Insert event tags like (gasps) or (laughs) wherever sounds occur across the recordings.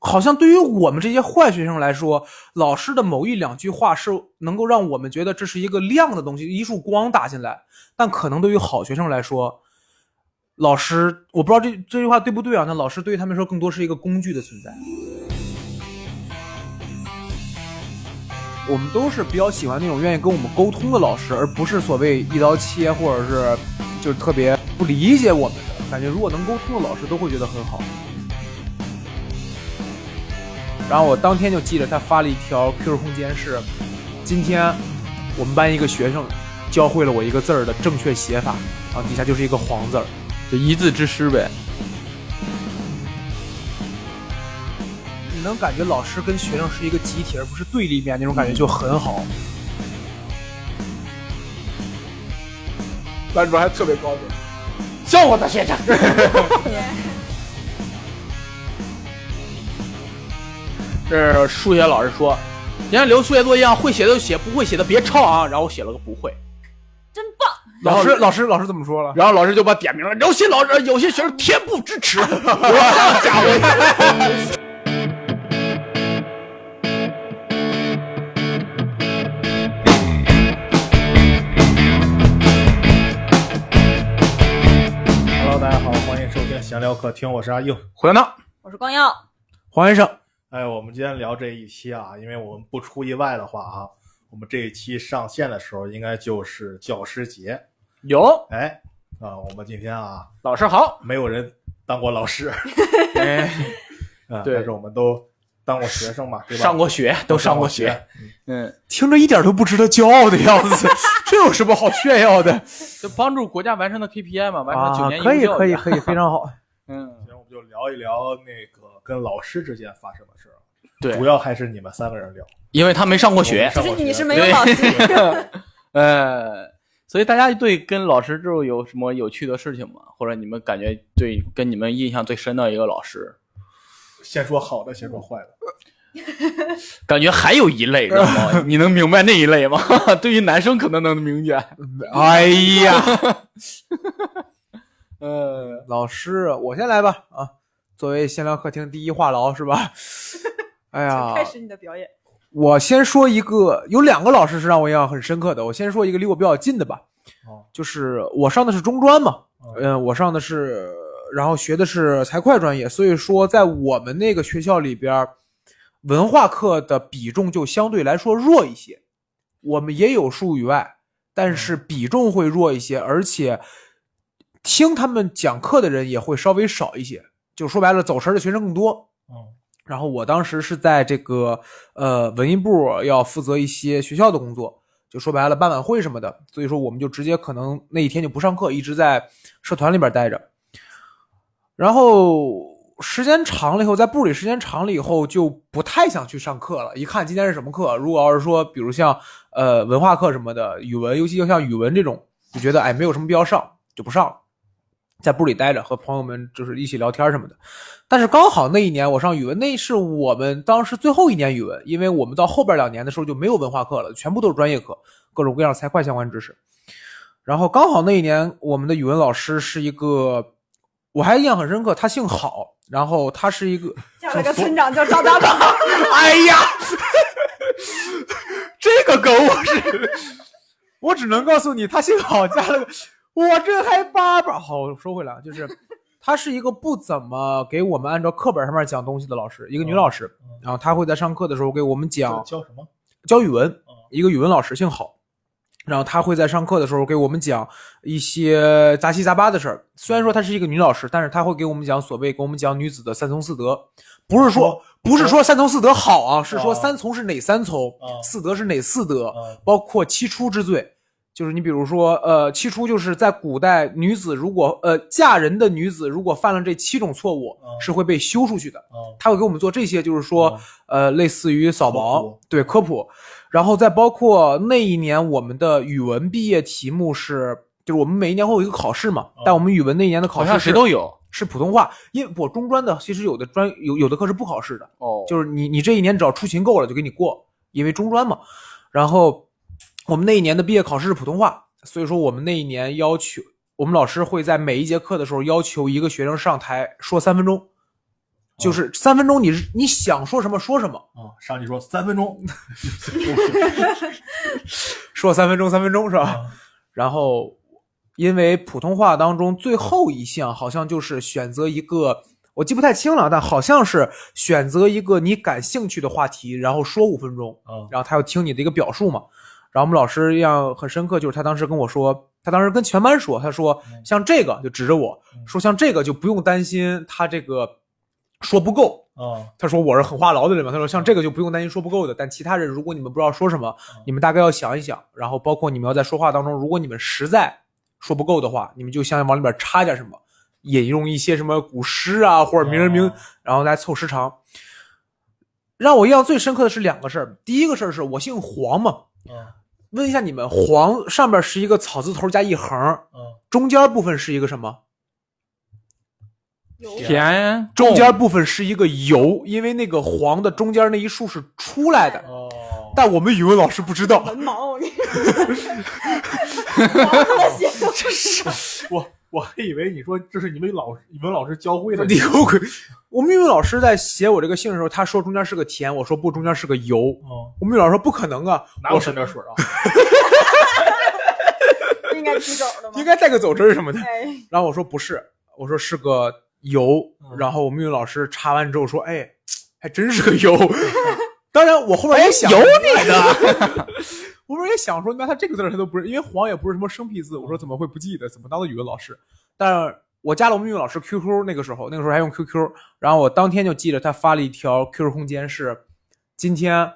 好像对于我们这些坏学生来说，老师的某一两句话是能够让我们觉得这是一个亮的东西，一束光打进来。但可能对于好学生来说，老师我不知道这这句话对不对啊？那老师对于他们说，更多是一个工具的存在。我们都是比较喜欢那种愿意跟我们沟通的老师，而不是所谓一刀切或者是就是特别不理解我们的感觉。如果能沟通的老师，都会觉得很好。然后我当天就记着他发了一条 QQ 空间是，今天我们班一个学生教会了我一个字儿的正确写法，然后底下就是一个黄字儿。就一字之师呗。你能感觉老师跟学生是一个集体，而不是对立面，那种感觉就很好。班主任还特别高明，教我的学生。这是数学老师说，今天留数学作业啊，会写的就写，不会写的别抄啊。然后我写了个不会，真棒！老师，然后老师，老师怎么说了？然后老师就把点名了。有些老师，有些学生天不知 (laughs) 耻。我说这家伙， Hello，大家好，欢迎收听闲聊客厅，我是阿硬。回来呢，我是光耀，黄先生，哎，我们今天聊这一期啊，因为我们不出意外的话啊，我们这一期上线的时候应该就是教师节。有哎，啊、我们今天啊，老师好，没有人当过老师， (laughs) 哎，啊，对但是我们都当过学生嘛，对吧？上过学，都上过学学。，嗯，听着一点都不值得骄傲的样 (laughs) 子，这有什么好炫耀的？就帮助国家完成的 KPI 嘛，完成了九啊年，义务可以，教育可以，可以，非常好。 (laughs) 嗯，行，我们就聊一聊那个跟老师之间发生的事儿。对主要还是你们三个人聊。因为他没上过学，上就过是学你是没有老 (laughs) 师，呃，所以大家对跟老师之后有什么有趣的事情吗？或者你们感觉对跟你们印象最深的一个老师，先说好的，先说坏的。感觉还有一类，知道吗？你能明白那一类吗？ (laughs) 对于男生可能能明白。哎呀， (laughs) 呃，老师，我先来吧啊！作为闲聊客厅第一话痨是 (laughs) 吧？哎呀，开始你的表演。我先说一个，有两个老师是让我印象很深刻的。我先说一个离我比较近的吧，哦就是我上的是中专嘛，哦嗯，我上的是，然后学的是呃财会专业，所以说在我们那个学校里边儿，文化课的比重就相对来说弱一些。我们也有数语外，但是嗯比重会弱一些，而且听他们讲课的人也会稍微少一些。就说白了，走神儿的学生更多。嗯然后我当时是在这个呃文艺部要负责一些学校的工作，就说白了办晚会什么的，所以说我们就直接可能那一天就不上课，一直在社团里边待着。然后时间长了以后，在部里时间长了以后，就不太想去上课了。一看今天是什么课，如果要是说比如像呃文化课什么的，语文，尤其就像语文这种，就觉得哎没有什么必要上，就不上了，在部里待着，和朋友们就是一起聊天什么的。但是刚好那一年我上语文，那是我们当时最后一年语文，因为我们到后边两年的时候就没有文化课了，全部都是专业课，各种各样财会相关知识。然后刚好那一年我们的语文老师是一个，我还印象很深刻，他姓郝，然后他是一个，叫了个村长叫张大宝， (laughs) 哎呀，这个梗我是我只能告诉你他姓郝，加了个，我这还叭叭。好，我说回来啊，就是他是一个不怎么给我们按照课本上面讲东西的老师，一个女老师，然后她会在上课的时候给我们讲啊叫叫什么？教语文，嗯一个语文老师姓郝，然后他会在上课的时候给我们讲一些杂七杂八的事儿。虽然说她是一个女老师，但是她会给我们讲所谓给我们讲女子的三从四德，不是说不是说三从四德好啊，是说哦三从是哪三从哦，四德是哪四德，嗯包括七出之罪。就是你比如说，呃，七出就是在古代女子如果呃嫁人的女子如果犯了这七种错误，哦是会被休出去的。嗯他会给我们做这些，就是说，哦呃，类似于扫科盲普，对科普，然后再包括那一年我们的语文毕业题目是，就是我们每一年会有一个考试嘛，但我们语文那一年的考哦好试像是谁都有是普通话，因为我中专的其实有的专有有的课是不考试的，哦就是你你这一年只要出勤够了就给你过，因为中专嘛。然后我们那一年的毕业考试是普通话，所以说我们那一年要求我们老师会在每一节课的时候要求一个学生上台说三分钟，就是三分钟你是你想说什么说什么，啊，上去说三分钟，说三分钟三分钟是嗯啊吧？然后因为普通话当中最后一项好像就是选择一个。我记不太清了，但好像是选择一个你感兴趣的话题，然后说五分钟，啊然后他要听你的一个表述嘛。然后我们老师印象很深刻，就是他当时跟我说，他当时跟全班说，他说嗯像这个就指着我嗯说，像这个就不用担心他这个说不够。啊他说我是很话痨的人嘛，他说像这个就不用担心说不够的，但其他人如果你们不知道说什么嗯，你们大概要想一想，然后包括你们要在说话当中，如果你们实在说不够的话，你们就想往里边插点什么，引用一些什么古诗啊或者名人名啊然后来凑时长。让我印象最深刻的是两个事儿，第一个事儿是我姓黄嘛，啊问一下你们，黄上边是一个草字头加一横，啊，中间部分是一个什么？有田中种间部分是一个油，因为那个黄的中间那一竖是出来的，哦，但我们语文老师不知道。文盲，我跟你说，(laughs) (laughs) 盲他妈写的我我还以为你说这是你们老语文老师教会 (laughs) 的，你有鬼！我们语文老师在写我这个姓的时候，他说中间是个田，我说不，中间是个油。哦，我们语文老师说不可能啊，哪有三点水啊？不应该提手的吗？应该带个走针什么的。 (laughs) 哎，然后我说不是，我说是个油嗯。然后我们语文老师查完之后说，哎，还真是个 (laughs) 油。当然，我后面也想，哎有你的，我不是也想说，那他这个字儿他都不是，因为黄也不是什么生僻字，我说怎么会不记得？怎么当的语文老师？但是我加了我们语文老师 QQ，那个时候那个时候还用 QQ，然后我当天就记得他发了一条 QQ 空间是，今天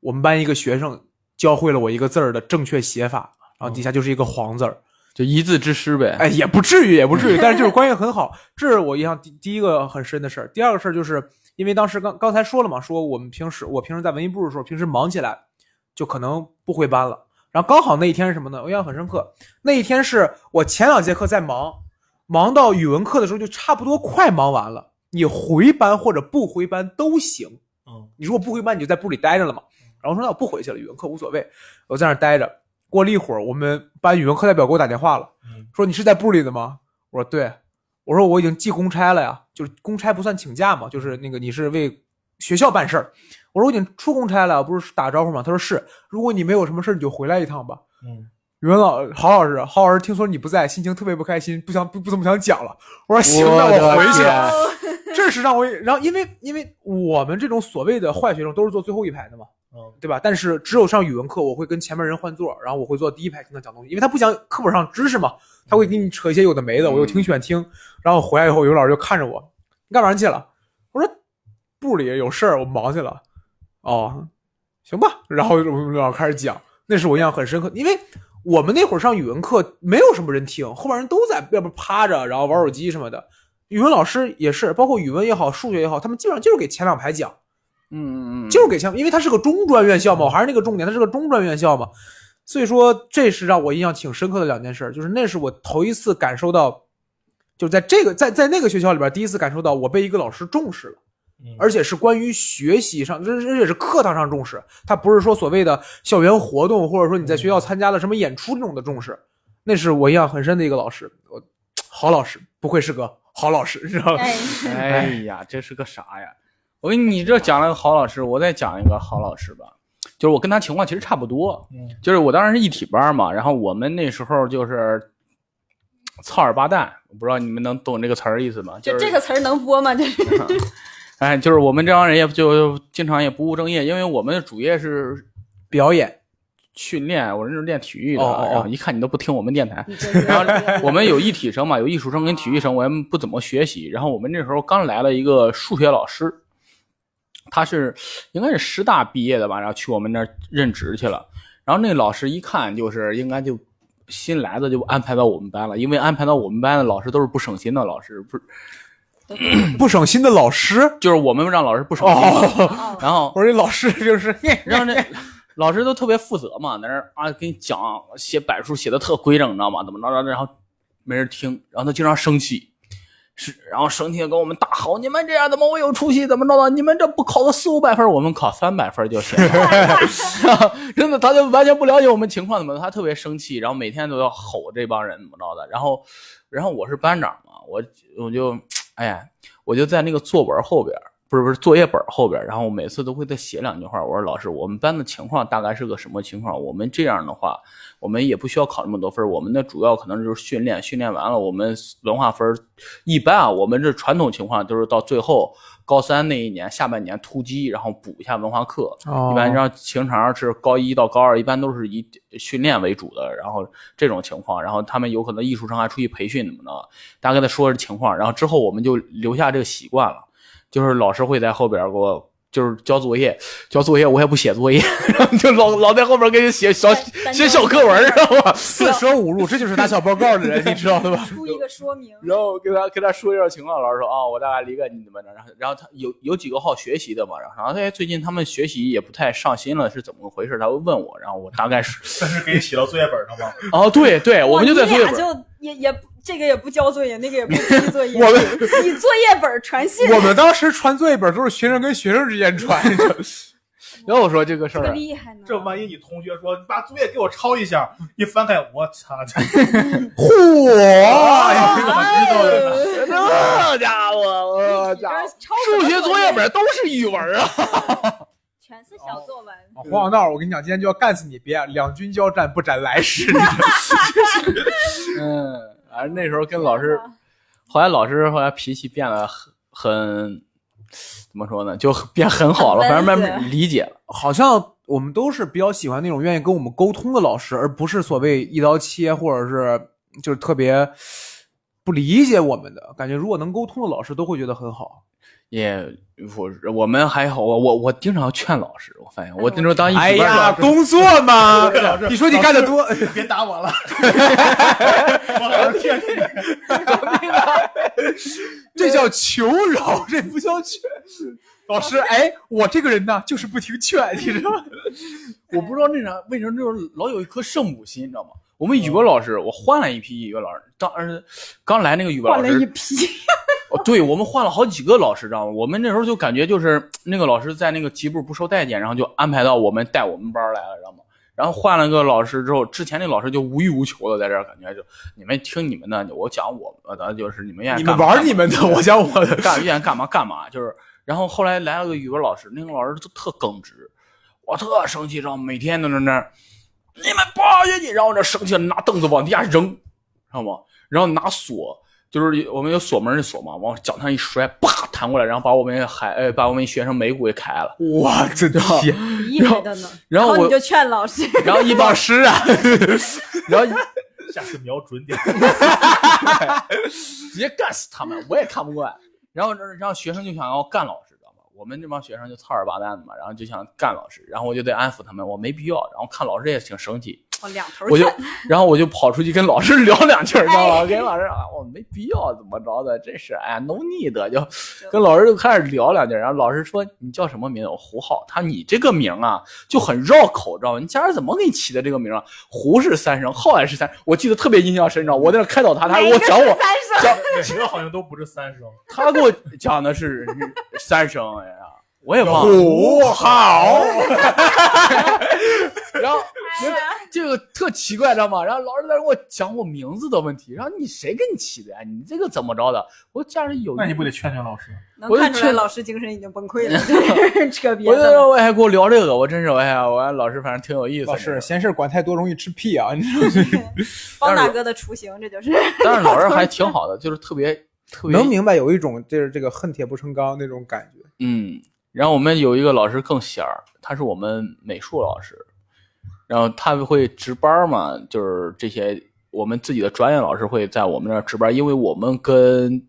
我们班一个学生教会了我一个字儿的正确写法，然后底下就是一个黄字儿，就一字之师呗。哎，也不至于，也不至于，但是就是关系很好，这是我印象第第一个很深的事儿。第二个事儿就是因为当时刚刚才说了嘛，说我们平时我平时在文艺部的时候，平时忙起来就可能不回班了。然后刚好那一天是什么呢？我印象很深刻，那一天是我前两节课在忙，忙到语文课的时候就差不多快忙完了。你回班或者不回班都行，嗯你如果不回班，你就在部里待着了嘛。然后说那我不回去了，语文课无所谓，我在那儿待着。过了一会儿，我们班语文课代表给我打电话了，嗯说你是在部里的吗？我说对，我说我已经记公差了呀，就是公差不算请假嘛，就是那个你是为学校办事儿。我说我已经出公差了，不是打招呼吗？他说是，如果你没有什么事儿，你就回来一趟吧。嗯，语文老郝老师，郝老师听说你不在，心情特别不开心，不想不不怎么想讲了。我说行，那我的我回去。天啊了。这是让我，然后因为因为我们这种所谓的坏学生都是坐最后一排的嘛，嗯对吧？但是只有上语文课，我会跟前面人换座，然后我会坐第一排听他讲东西，因为他不讲课本上知识嘛，他会给你扯一些有的没的，我又挺喜欢听。然后回来以后，有老师就看着我，你干嘛去了？我说部里有事儿，我忙去了。哦，行吧。然后我们老师开始讲，那是我印象很深刻，因为我们那会儿上语文课没有什么人听，后面人都在要不趴着，然后玩手机什么的。语文老师也是，包括语文也好，数学也好，他们基本上就是给前两排讲。嗯嗯嗯，就是给前，因为它是个中专院校嘛，我还是那个重点，它是个中专院校嘛，所以说这是让我印象挺深刻的两件事，就是那是我头一次感受到，就是在这个在在那个学校里边第一次感受到我被一个老师重视了，嗯，而且是关于学习上，这这也是课堂上重视，他不是说所谓的校园活动或者说你在学校参加了什么演出这种的重视，那是我印象很深的一个老师，我好老师，不愧是个好老师，你知道吗？哎，哎呀，这是个啥呀？我跟你这讲了个好老师，我再讲一个好老师吧。就是我跟他情况其实差不多，嗯就是我当时是一体班嘛，然后我们那时候就是操耳巴蛋，我不知道你们能懂这个词儿意思吗？就就是这个词儿能播吗？这是哎，就是我们这帮人也就经常也不务正业，因为我们的主业是表演，训练，我是练体育的，哦哦哦然后一看你都不听我们电台。你这 (laughs) 是然后我们有艺体生嘛，有艺术生跟体育生，我也不怎么学习。然后我们那时候刚来了一个数学老师，他是应该是师大毕业的吧，然后去我们那儿任职去了。然后那老师一看就是应该就新来的就安排到我们班了，因为安排到我们班的老师都是不省心的老师，不是不省心的老师，就是我们让老师不省心。哦，哦然后我说这老师就是。 (laughs) (laughs) 让那老师都特别负责嘛，在那儿啊给你讲写板书写的特规整，你知道吗？怎么着着，然后没人听，然后他经常生气，是然后生气地跟我们大吼：“你们这样怎么会有出息？怎么着的？你们这不考个四五百分儿，我们考三百分儿就行了。” (laughs) 真的，他就完全不了解我们情况，怎么的他特别生气，然后每天都要吼这帮人怎么着的。然后，然后我是班长嘛，我我就哎呀，我就在那个作文后边儿，不是不是作业本后边儿，然后我每次都会再写两句话。我说老师，我们班的情况大概是个什么情况？我们这样的话，我们也不需要考那么多分儿，我们的主要可能就是训练，训练完了，我们文化分儿一般啊，我们这传统情况都是到最后高三那一年下半年突击，然后补一下文化课，哦一般像平常是高一到高二，一般都是以训练为主的，然后这种情况，然后他们有可能艺术生还出去培训怎么的，大概的说是情况，然后之后我们就留下这个习惯了，就是老师会在后边给我。就是交作业，交作业我也不写作业， (laughs) 然后就老老在后边给你写小对写小课文，知道吧？四舍五入，这就是拿小报告的 (laughs) 人，你知道的吧？出一个说明， (laughs) 然后我跟他跟他说一下情况，老师说啊、我大概理解你怎么着。然后然后他有有几个好学习的嘛，然后然后哎，最近他们学习也不太上心了，是怎么回事？他会问我，然后我大概是但是给你写到作业本上吗？ (laughs) 哦，对对，我哇们就在作业你本，俩就也也不这个也不交作业，那个也 (laughs) 不批作业，我们你作业本传信，我们当时传作业本都是学生跟学生之间 (laughs) 传，然后我说这个事这儿个啊，厉害呢。 (laughs) 这 (laughs) 万一你同学说你把作业给我抄一 (laughs) 下，一翻开，我操！哦嚯！呀，你怎么知道 (laughs) 的呢？这家伙，我你这家伙，抄什么 (laughs) 数学作业本都哦是语文啊。全是小作文，黄小闹，我跟你讲，今天就要干死你！别，两军交战不斩来 (laughs) 使。嗯，反正那时候跟老啊师，后来老师后来脾气变得很很怎么说呢，就变很好了，很反温正和慢慢理解了。好像我们都是比较喜欢那种愿意跟我们沟通的老师，而不是所谓一刀切，或者是就是特别不理解我们的感觉。如果能沟通的老师，都会觉得很好。也我我们还好，我我我经常劝老师，我发现我那时候当一哎主任呀，老师工作 (laughs) 嘛，你说你干得多，别打我了，我老师骗你。这叫求饶，这不叫劝。 (laughs) 老师，哎，我这个人呢，就是不听劝，你知道吗？我不知道那啥为什么就是老有一颗圣母心，你知道吗？我们语文老师，我换了一批语文老师，当时刚来那个语文换老了一师，批，哦对我们换了好几个老师，知道吗？我们那时候就感觉就是那个老师在那个级部不受待见，然后就安排到我们带我们班来了，知道吗？然后换了个老师之后，之前那老师就无欲无求的在这儿，感觉就你们听你们的，我讲我的，就是你们愿意你干们嘛玩你们的，我讲我的。干愿意干嘛干嘛，就是。然后后来来了个语文老师，那个老师就特耿直，我特生气，知道吗？每天都在那儿，你们不允许，然后我这生气了，拿凳子往地下扔，知道吗？然后拿锁，就是我们有锁门的锁嘛，往脚上一摔，啪弹过来，然后把我们孩，呃，把我们学生眉骨给开了。 (laughs) 我真的天，厉害的呢。然后后我你就劝老 (laughs) 师，然后一帮师啊， (laughs) 然后直下次瞄准 (laughs) 点。接干死他们，我也看不惯。然后让学生就想要干老师，知道吗？我们这帮学生就操二八蛋的嘛，然后就想干老师，然后我就得安抚他们，我没必要。然后看老师也挺生气，我两头我就劝，然后我就跑出去跟老师聊两句儿，知道哎吗？跟老师啊，我没必要怎么着的，这是哎，no need，就跟老师就开始聊两句儿。然后老师说你叫什么名？我胡浩。他你这个名啊就很绕口，知道吗？你家人怎么给你起的这个名啊？胡是三声，浩也是三声，我记得特别印象深，你知道吗我在那开导他，他给每哎我个讲是我，三声，讲几个好像都不是三声。他给我讲的是是三声，哎呀，我也忘了。五哦好，然后哎呀这个特奇怪，知道吗？然后老师在那给我讲我名字的问题，然后你谁给你起的呀？你这个怎么着的？我家里有，那你不得劝劝老师？能我就看出来劝老师精神已经崩溃 (laughs) 了， (laughs) 扯别我就的了。哎让我还给我聊这个，我真是哎呀，我老师反正挺有意思的。老师闲事儿管太多容易吃屁啊！你知道吗方大哥的雏形，这就是。但是老师还挺好的，就是特别特别能明白有一种就是这个恨铁不成钢那种感觉。嗯。然后我们有一个老师更仙儿，他是我们美术老师，然后他会值班嘛，就是这些我们自己的专业老师会在我们那儿值班，因为我们跟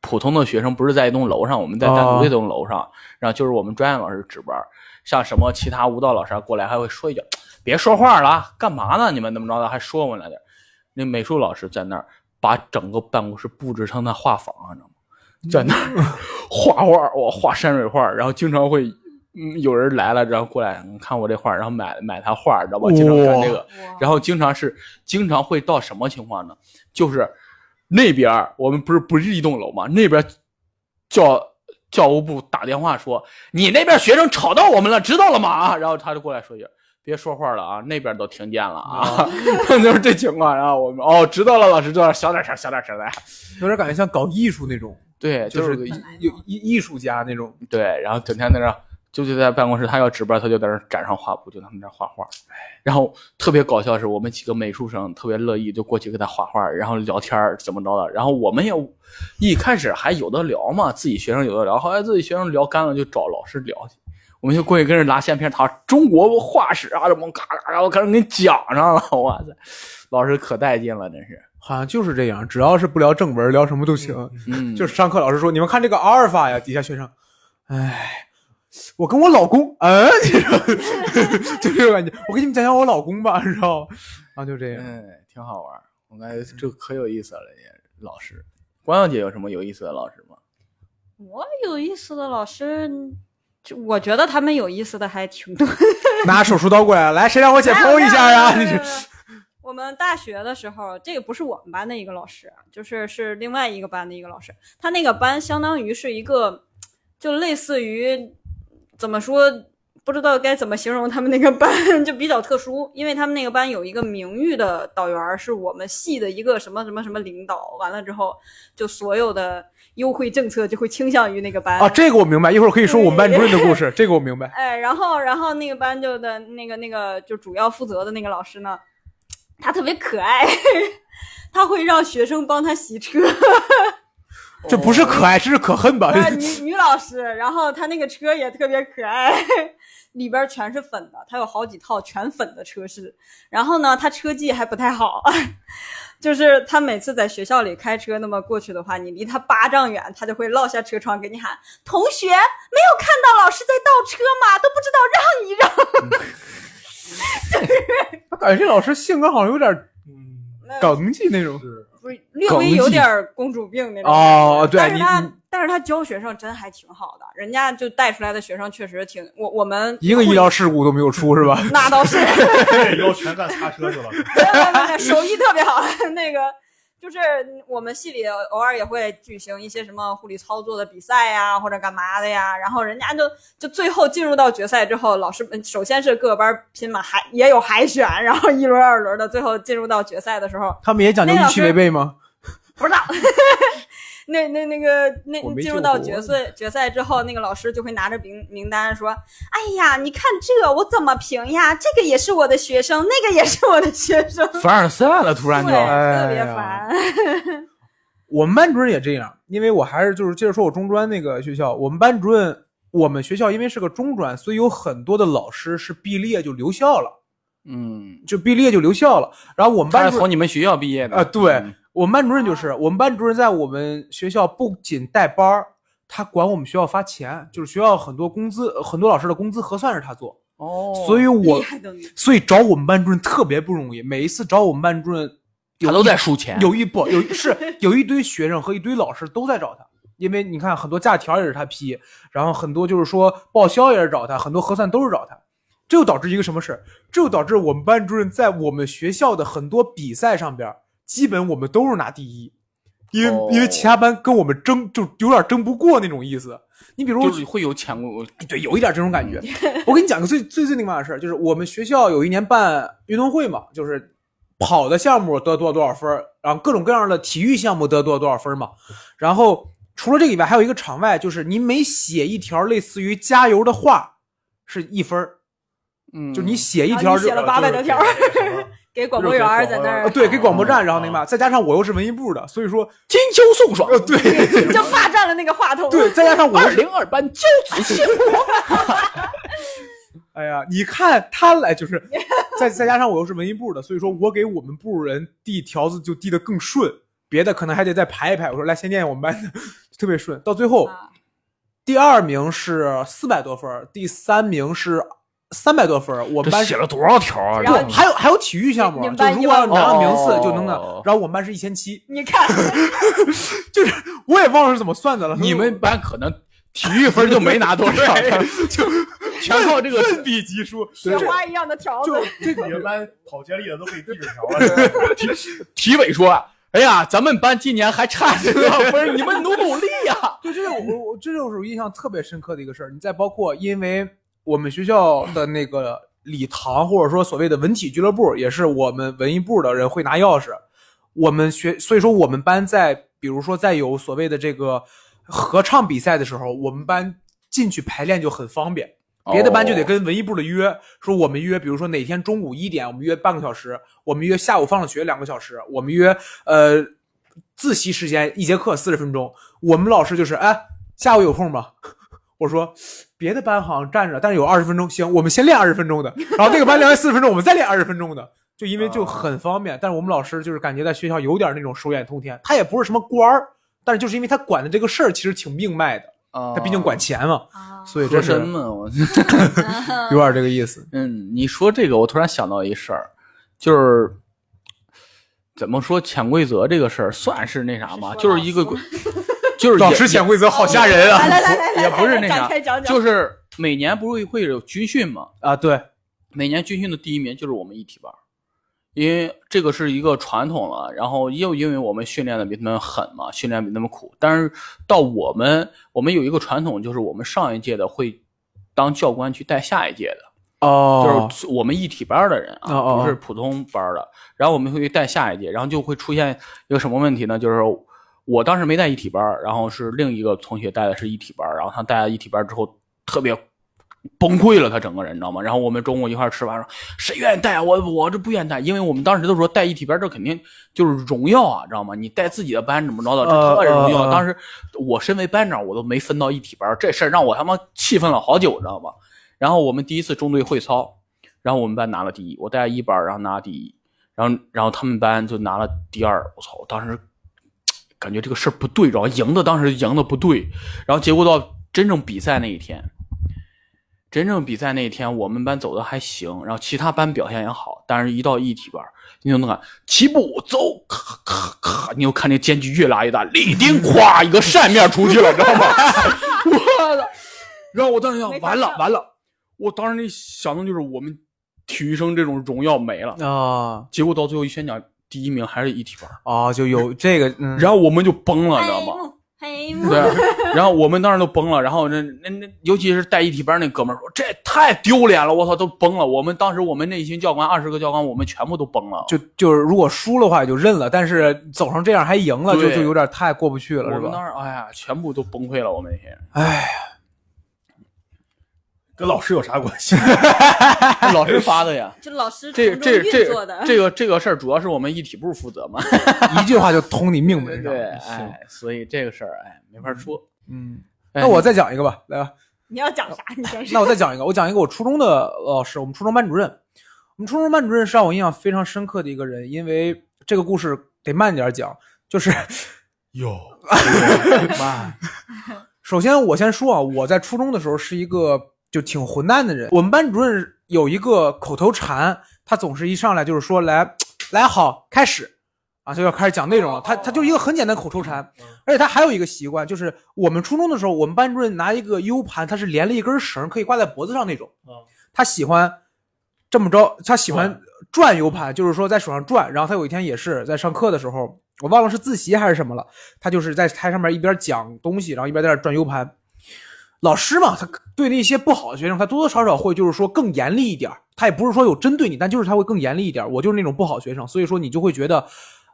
普通的学生不是在一栋楼上，我们在单独哦这栋楼上，然后就是我们专业老师值班，像什么其他舞蹈老师啊过来还会说一句：“别说话了，干嘛呢？你们怎么着的？”还说我们来点儿。那美术老师在那儿把整个办公室布置成他画坊，你知道吗？在那儿画画，我画山水画，然后经常会。嗯，有人来了，然后过来嗯看我这画，然后买买他画，知道吧？经常干这个，然后经常是经常会到什么情况呢？就是那边儿我们不是不是一栋楼嘛，那边儿教教务部打电话说你那边学生吵到我们了，知道了吗？啊，然后他就过来说一句。别说话了啊！那边都听见了啊， (laughs) 就是这情况。然后我们哦，知道了，老师知道了，小点声，小点声来。有点感觉像搞艺术那种。对，就就是是个艺一本来有嘛艺艺术家那种。对，然后整天在那儿，就就在办公室，他要值班，他就在那儿展上画布，就在那儿画画。然后特别搞笑是我们几个美术生特别乐意，就过去给他画画，然后聊天儿怎么着的。然后我们也一开始还有的聊嘛，自己学生有的聊，后来自己学生聊干了就找老师聊去。我们就过去跟人拿相片，他说中国画史啊，什么嘎嘎嘎，我开始给你讲上了， (laughs) 哇塞，老师可带劲了，真是，好像就是这样，只要是不聊正文，聊什么都行。嗯，就是上课老师说：“你们看这个阿尔法呀。”底下学生，哎，我跟我老公， (laughs) 嗯，你知道就这种感觉。我给你们讲讲我老公吧，你知道吗？然后就这样。嗯，挺好玩儿，我感觉这可有意思了，也老师。光耀姐有什么有意思的老师吗？我有意思的老师，嗯就我觉得他们有意思的还挺多。拿手术刀过来，来，谁让我解剖一下呀？嗯你这哎 (laughs) 我们大学的时候，这个不是我们班的一个老师，啊就是是另外一个班的一个老师。他那个班相当于是一个，就类似于怎么说，不知道该怎么形容他们那个班，就比较特殊，因为他们那个班有一个名誉的导员儿，是我们系的一个什么什么什么领导。完了之后，就所有的优惠政策就会倾向于那个班。啊，这个我明白，一会儿可以说我们班主任的故 (laughs) 事，这个我明白。哎，然后然后那个班就的那个那个就主要负责的那个老师呢，他特别可爱， (laughs) 他会让学生帮他洗车，这不是可爱，这是可恨吧？啊女女老师，然后他那个车也特别可爱，里边全是粉的，他有好几套全粉的车饰。然后呢，他车技还不太好， (laughs) 就是他每次在学校里开车，那么过去的话，你离他八丈远，他就会落下车窗给你喊：“同学，没有看到老师在倒车吗？都不知道让一让。”感觉这老师性格好像有点嗯，耿气那种。是不是略微有点儿公主病那种哦对但是你你他但是他教学生真还挺好的，人家就带出来的学生确实挺我我们一个医疗事故都没有出是吧？ (laughs) 那倒是， (laughs) 这以后全干擦车去了。没有没有没有手艺特别好，那个。就是我们系里偶尔也会举行一些什么护理操作的比赛呀，或者干嘛的呀，然后人家就就最后进入到决赛之后，老师们首先是各个班拼嘛，还也有海选，然后一轮二轮的，最后进入到决赛的时候，他们也讲究预期违背吗？不知道。 (laughs) 那那那个那我没进救入到过决赛决赛之后，那个老师就会拿着名名单说：“哎呀，你看这我怎么评呀？这个也是我的学生，那个也是我的学生，哦凡尔赛了，突对，然就，哎特别呀烦。我们班主任也这样，因为我还是就是接着说我中专那个学校，我们班主任，我们学校因为是个中专，所以有很多的老师是毕业就留校了，嗯，就毕业就留校了。然后我们他班是主任，从你们学校毕业的啊对嗯我们班主任就是我们班主任在我们学校不仅带班儿，他管我们学校发钱，就是学校很多工资，呃很多老师的工资核算是他做，哦，所以我厉害的你，所以找我们班主任特别不容易，每一次找我们班主任他都在数钱，有一不有一是有一堆学生和一堆老师都在找他，因为你看很多假条也是他批，然后很多就是说报销也是找他，很多核算都是找他。这就导致一个什么事儿？这就导致我们班主任在我们学校的很多比赛上边儿，基本我们都是拿第一，因为、哦因为其他班跟我们争就有点争不过那种意思。你比如就是会有钱过，对，有一点这种感 (laughs) 觉。我给你讲个最最最那个嘛的事儿，就是我们学校有一年办运动会嘛，就是跑的项目得多少多少分儿，然后各种各样的体育项目得多少多少分儿嘛。然后除了这个以外，还有一个场外，就是你每写一条类似于加油的话是一分儿，嗯，就你写一然后条啊你就写了呃八百就多是条，这个什么给广播员儿在那热儿狗呃对，给广播哦站，嗯然后那个嘛，再加上我又是文艺部的，所以说，金秋送爽呃，，对 (laughs) 就霸占了那个话筒。对，再加上我又二是零二班交子线，哎呀，你看他来就是，再再加上我又是文艺部的，所以说我给我们部人递条子就递得更顺，别的可能还得再排一排。我说来先念我们班的，特别顺。到最后啊，第二名是四百多分儿，第三名是三百多分儿。我们 (laughs) 班是了多少条啊然后还有还有体育项目，你们就班如一果要万五拿到名次就能拿哦。然后我们班是一千七，你看，就是我也忘了是怎么算的了。你们班可能体育分就没拿多少，就 (laughs) 全靠这个奋笔疾书，雪花一样的条子就， (laughs) 这你个们班跑接力的都可以递纸条啊了，体委说。哎呀，咱们班今年还差这个分儿，你们努努力呀、对，这是我我这就是我印象特别深刻的一个事儿。你再包括，因为我们学校的那个礼堂，或者说所谓的文体俱乐部，也是我们文艺部的人会拿钥匙。我们学，所以说我们班在，比如说在有所谓的这个合唱比赛的时候，我们班进去排练就很方便，哦别的班就得跟文艺部的约，说我们约，比如说哪天中午一点，我们约半个小时，我们约下午放了学两个小时，我们约呃自习时间一节课四十分钟。我们老师就是，哎，下午有空吗？ (laughs) 我说别的班好像站着，但是有二十分钟，行，我们先练二十分钟的，然后那个班练完四十分钟，我们再练二十分钟的。就因为就很方便，但是我们老师就是感觉在学校有点那种手眼通天，他也不是什么官儿，但是就是因为他管的这个事儿其实挺命脉的，哦，他毕竟管钱嘛，啊，所以这和是珅嘛，我 (laughs) 有点这个意思。嗯，你说这个，我突然想到一事儿，就是怎么说潜规则这个事儿，算是那啥吗？是说就是老一个师规， (laughs) 就是老也师 (laughs) 也潜规则好吓人啊！来来来来来，也不是那啥展开讲讲，就是每年不是会有军训嘛？啊，对，每年军训的第一名就是我们一体班儿，因为这个是一个传统了。然后又因为我们训练的比他们狠嘛，训练比他们苦。但是到我们，我们有一个传统，就是我们上一届的会当教官去带下一届的。哦就是我们一体班的人啊，哦哦哦不是普通班的。然后我们会带下一届，然后就会出现一个什么问题呢？就是我当时没带一体班，然后是另一个同学带的是一体班，然后他带了一体班之后特别崩溃了，他整个人你知道吗？然后我们中午一块儿吃饭说，谁愿意带啊我我这不愿意带，因为我们当时都说带一体班这肯定就是荣耀啊，知道吗？你带自己的班怎么着的，这特别荣呃呃耀。呃当时我身为班长，我都没分到一体班，这事儿让我他妈气愤了好久，知道吗？然后我们第一次中队会操，然后我们班拿了第一，我带一班，然后拿了第一，然后然后他们班就拿了第二，我操！我当时感觉这个事儿不对，然后赢的当时赢的不对，然后结果到真正比赛那一天，真正比赛那一天我们班走的还行，然后其他班表现也好，但是一到一体班，你就能感齐步走，咔咔咔，你就看这间距越拉越大，立定咵一个扇面出去了，知道吗？我操！然后我当时想没，法完了上完了，我当时那想的就是我们体育生这种荣耀没了。啊结果到最后一宣讲，第一名还是一体班，啊，就有这个，嗯，然后我们就崩了，你知道黑吗？幕黑幕 (laughs) 对，啊然后我们当时都崩了，然后那那那，尤其是带一体班那哥们儿说，这也太丢脸了，我操，都崩了。我们当时我们那一群教官，二十个教官，我们全部都崩了。就就是如果输了话也就认了，但是走成这样还赢了，就对就有点太过不去了，我是们吧？当时，哎呀，全部都崩溃了。我们那 (laughs) 天哎， (laughs) 跟老师有啥关系？老师发的呀， (laughs) 就老师这从中这运作的这，这个这个事儿，主要是我们一体部负责嘛。 (laughs) 一句话就通你 (laughs) 命门上。对，行，哎，所以这个事儿，哎，没法说。嗯，哎那我再讲一个吧，来吧。 (laughs) 你要讲啥？你先那说。我再讲一个，我讲一个我初中的老师，我们初中班主任，我们初中班主任是让我印象非常深刻的一个人，因为这个故事得慢点讲，就是 (laughs) 有，妈， (laughs) 首先我先说啊，我在初中的时候是一个就挺混蛋的人，我们班主任有一个口头禅，他总是一上来就是说来来好开始。啊，就要开始讲内容了。他他就一个很简单的口头禅，而且他还有一个习惯，就是我们初中的时候，我们班主任拿一个 U 盘，它是连了一根绳，可以挂在脖子上那种。 (laughs) 嗯他喜欢这么着，他喜欢转 U 盘，就是说在手上转。然后他有一天也是在上课的时候，我忘了是自习还是什么了，他就是在台上面一边讲东西，然后一边在那转 U 盘。老师嘛，他对那些不好的学生，他多多少少会就是说更严厉一点儿。他也不是说有针对你，但就是他会更严厉一点儿。我就是那种不好学生，所以说你就会觉得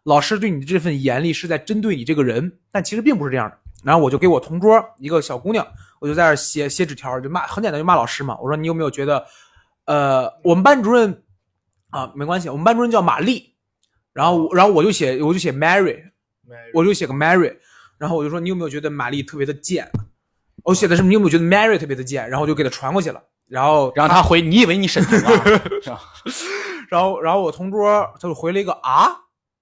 老师对你这份严厉是在针对你这个人，但其实并不是这样的。然后我就给我同桌一个小姑娘，我就在那儿写写纸条，就骂，很简单就骂老师嘛。我说你有没有觉得，呃，我们班主任啊，没关系，我们班主任叫玛丽，然后我然后我就写我就写 Mary，我就写个 Mary，然后我就说你有没有觉得玛丽特别的贱？我写的是你有没有觉得 Mary 特别的贱？然后我就给她传过去了。然后，然后他回，你以为你沈腾啊？然后，然后我同桌他就回了一个啊，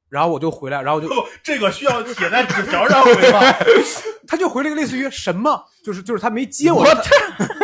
然后我就回来，然后我就 (laughs) 这个需要写在纸条上回吗？啊 (laughs) 他就回了一个类似于什么，就是就是他没接我，他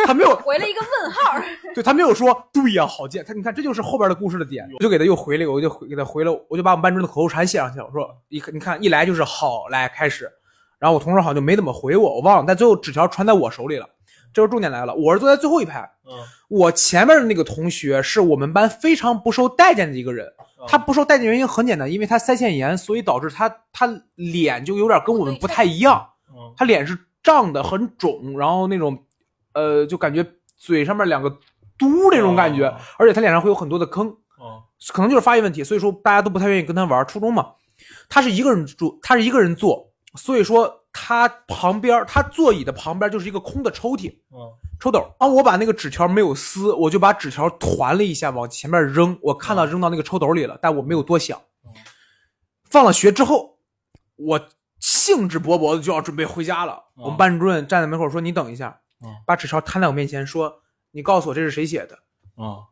他没有回了一个问号，对他没有说对呀、好贱。他你看，这就是后边的故事的点。我就给他又回了一个，我就回给他回了，我就把我们班主任的口头禅写上去了。我说，你看，你看，一来就是好，来开始。然后我同事好像就没怎么回我，我忘了。但最后纸条传在我手里了，这就是重点来了。我是坐在最后一排，嗯，我前面的那个同学是我们班非常不受待见的一个人。他不受待见原因很简单，因为他腮腺炎，所以导致他他脸就有点跟我们不太一样。嗯他脸是胀的，很肿，然后那种，呃，就感觉嘴上面两个嘟那种感觉，哦而且他脸上会有很多的坑，嗯可能就是发育问题，所以说大家都不太愿意跟他玩。初中嘛，他是一个人住，他是一个人做，所以说他旁边儿，他座椅的旁边就是一个空的抽屉，嗯，抽斗。啊，我把那个纸条没有撕，我就把纸条团了一下往前面扔，我看到扔到那个抽斗里了，但我没有多想嗯。放了学之后，我兴致勃勃的就要准备回家了。嗯我们班主任站在门口说：“你等一下。嗯”把纸条摊在我面前说：“你告诉我这是谁写的。啊”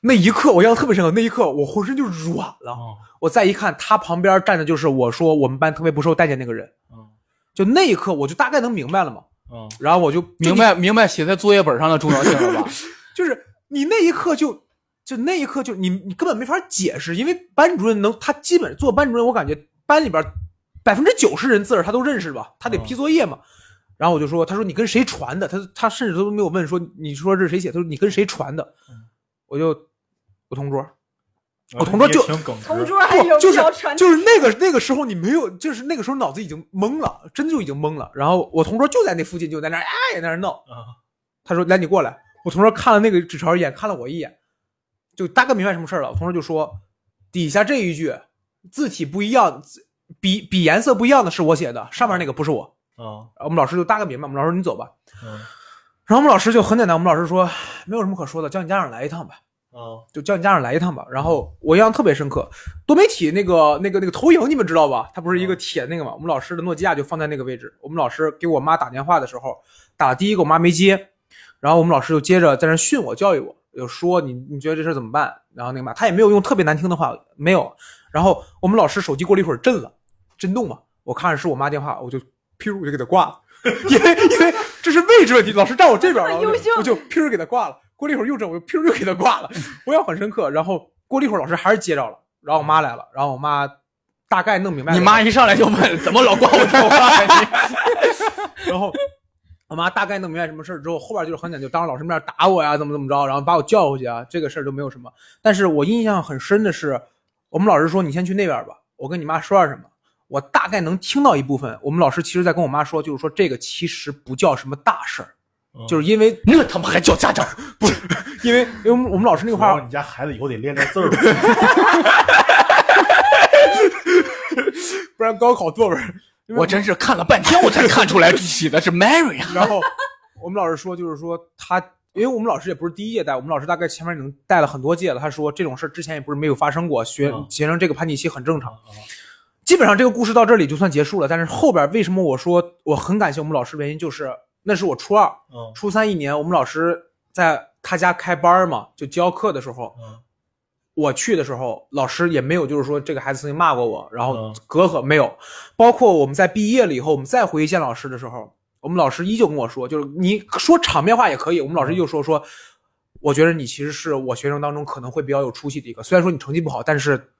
那一刻，我印象特别深刻。那一刻，我浑身就软了。啊我再一看，他旁边站的就是我说我们班特别不受待见那个人。嗯就那一刻，我就大概能明白了嘛。嗯，然后我就明白。白明白写在作业本上的重要性了 (laughs) 吧？就是你那一刻就就那一刻就你你根本没法解释，因为班主任能他基本做班主任，我感觉班里边百分之九十人字儿他都认识吧，他得批作业嘛。然后我就说，他说你跟谁传的？他他甚至都没有问说你说这是谁写，他说你跟谁传的？我就我同 (laughs) 桌，我同桌嗯你也就挺耿直，同桌还有不就是哎要传就是那个那个时候你没有，就是那个时候脑子已经懵了，真的就已经懵了。然后我同桌就在那附近，就在那儿哎在那儿闹，啊他说：“来，你过来。”我同桌看了那个纸条一眼，看了我一眼，就大概明白什么事儿了。我同桌就说：“底下这一句字体不一样，字笔笔颜色不一样的是我写的，上面那个不是我。啊”我们老师就大概明白，我们老师说：“你走吧。嗯”然后我们老师就很简单，我们老师说：“没有什么可说的，叫你家长来一趟吧。”啊就叫你家长来一趟吧。然后我印象特别深刻，多媒体那个那个那个投影你们知道吧？它不是一嗯个铁那个嘛？我们老师的诺基亚就放在那个位置。我们老师给我妈打电话的时候，打第一个我妈没接，然后我们老师就接着在那训我教育我，就说你你觉得这事儿怎么办？然后那个嘛，他也没有用特别难听的话，没有。然后我们老师手机过了一会儿震了，震动嘛，我看是我妈电话，我就噗我就给他挂了。 (laughs) 因为因为这是位置问题，老师站我这边了，这么优秀我就噗儿给他挂了。过了一会儿又整，我就噗儿又给他挂了。我也很深刻。然后过了一会儿，老师还是接着了，然后我妈来了，然后我妈大概弄明白了你妈一上来就问怎么老挂我电话呀？然后 (laughs) 我妈大概弄明白什么事儿之后，后边就是很简单，就当着老师面打我呀，怎么怎么着，然后把我叫回去啊，这个事儿都没有什么。但是我印象很深的是，我们老师说你先去那边吧，我跟你妈说点什么。我大概能听到一部分，我们老师其实在跟我妈说，就是说这个其实不叫什么大事儿，嗯就是因为 (laughs) 你那他妈还叫家长？因为因为我们我们老师那个主要话，你家孩子以后得练练字儿吧， (laughs) 不然高考作文儿。因为我真是看了半天我才看出来写的是 Mary 啊！然后我们老师说，就是说他，因为我们老师也不是第一届带，我们老师大概前面已经带了很多届了。他说这种事儿之前也不是没有发生过，学嗯学生这个叛逆期很正常。基本上这个故事到这里就算结束了。但是后边为什么我说我很感谢我们老师的原因，就是那是我初二、嗯初三一年，我们老师在他家开班儿嘛，就教课的时候，嗯我去的时候，老师也没有就是说这个孩子曾经骂过我，然后嗯隔阂没有。包括我们在毕业了以后，我们再回去见老师的时候，我们老师依旧跟我说，就是你说场面话也可以，我们老嗯师依旧说说，我觉得你其实是我学生当中可能会比较有出息的一个，虽然说你成绩不好，但是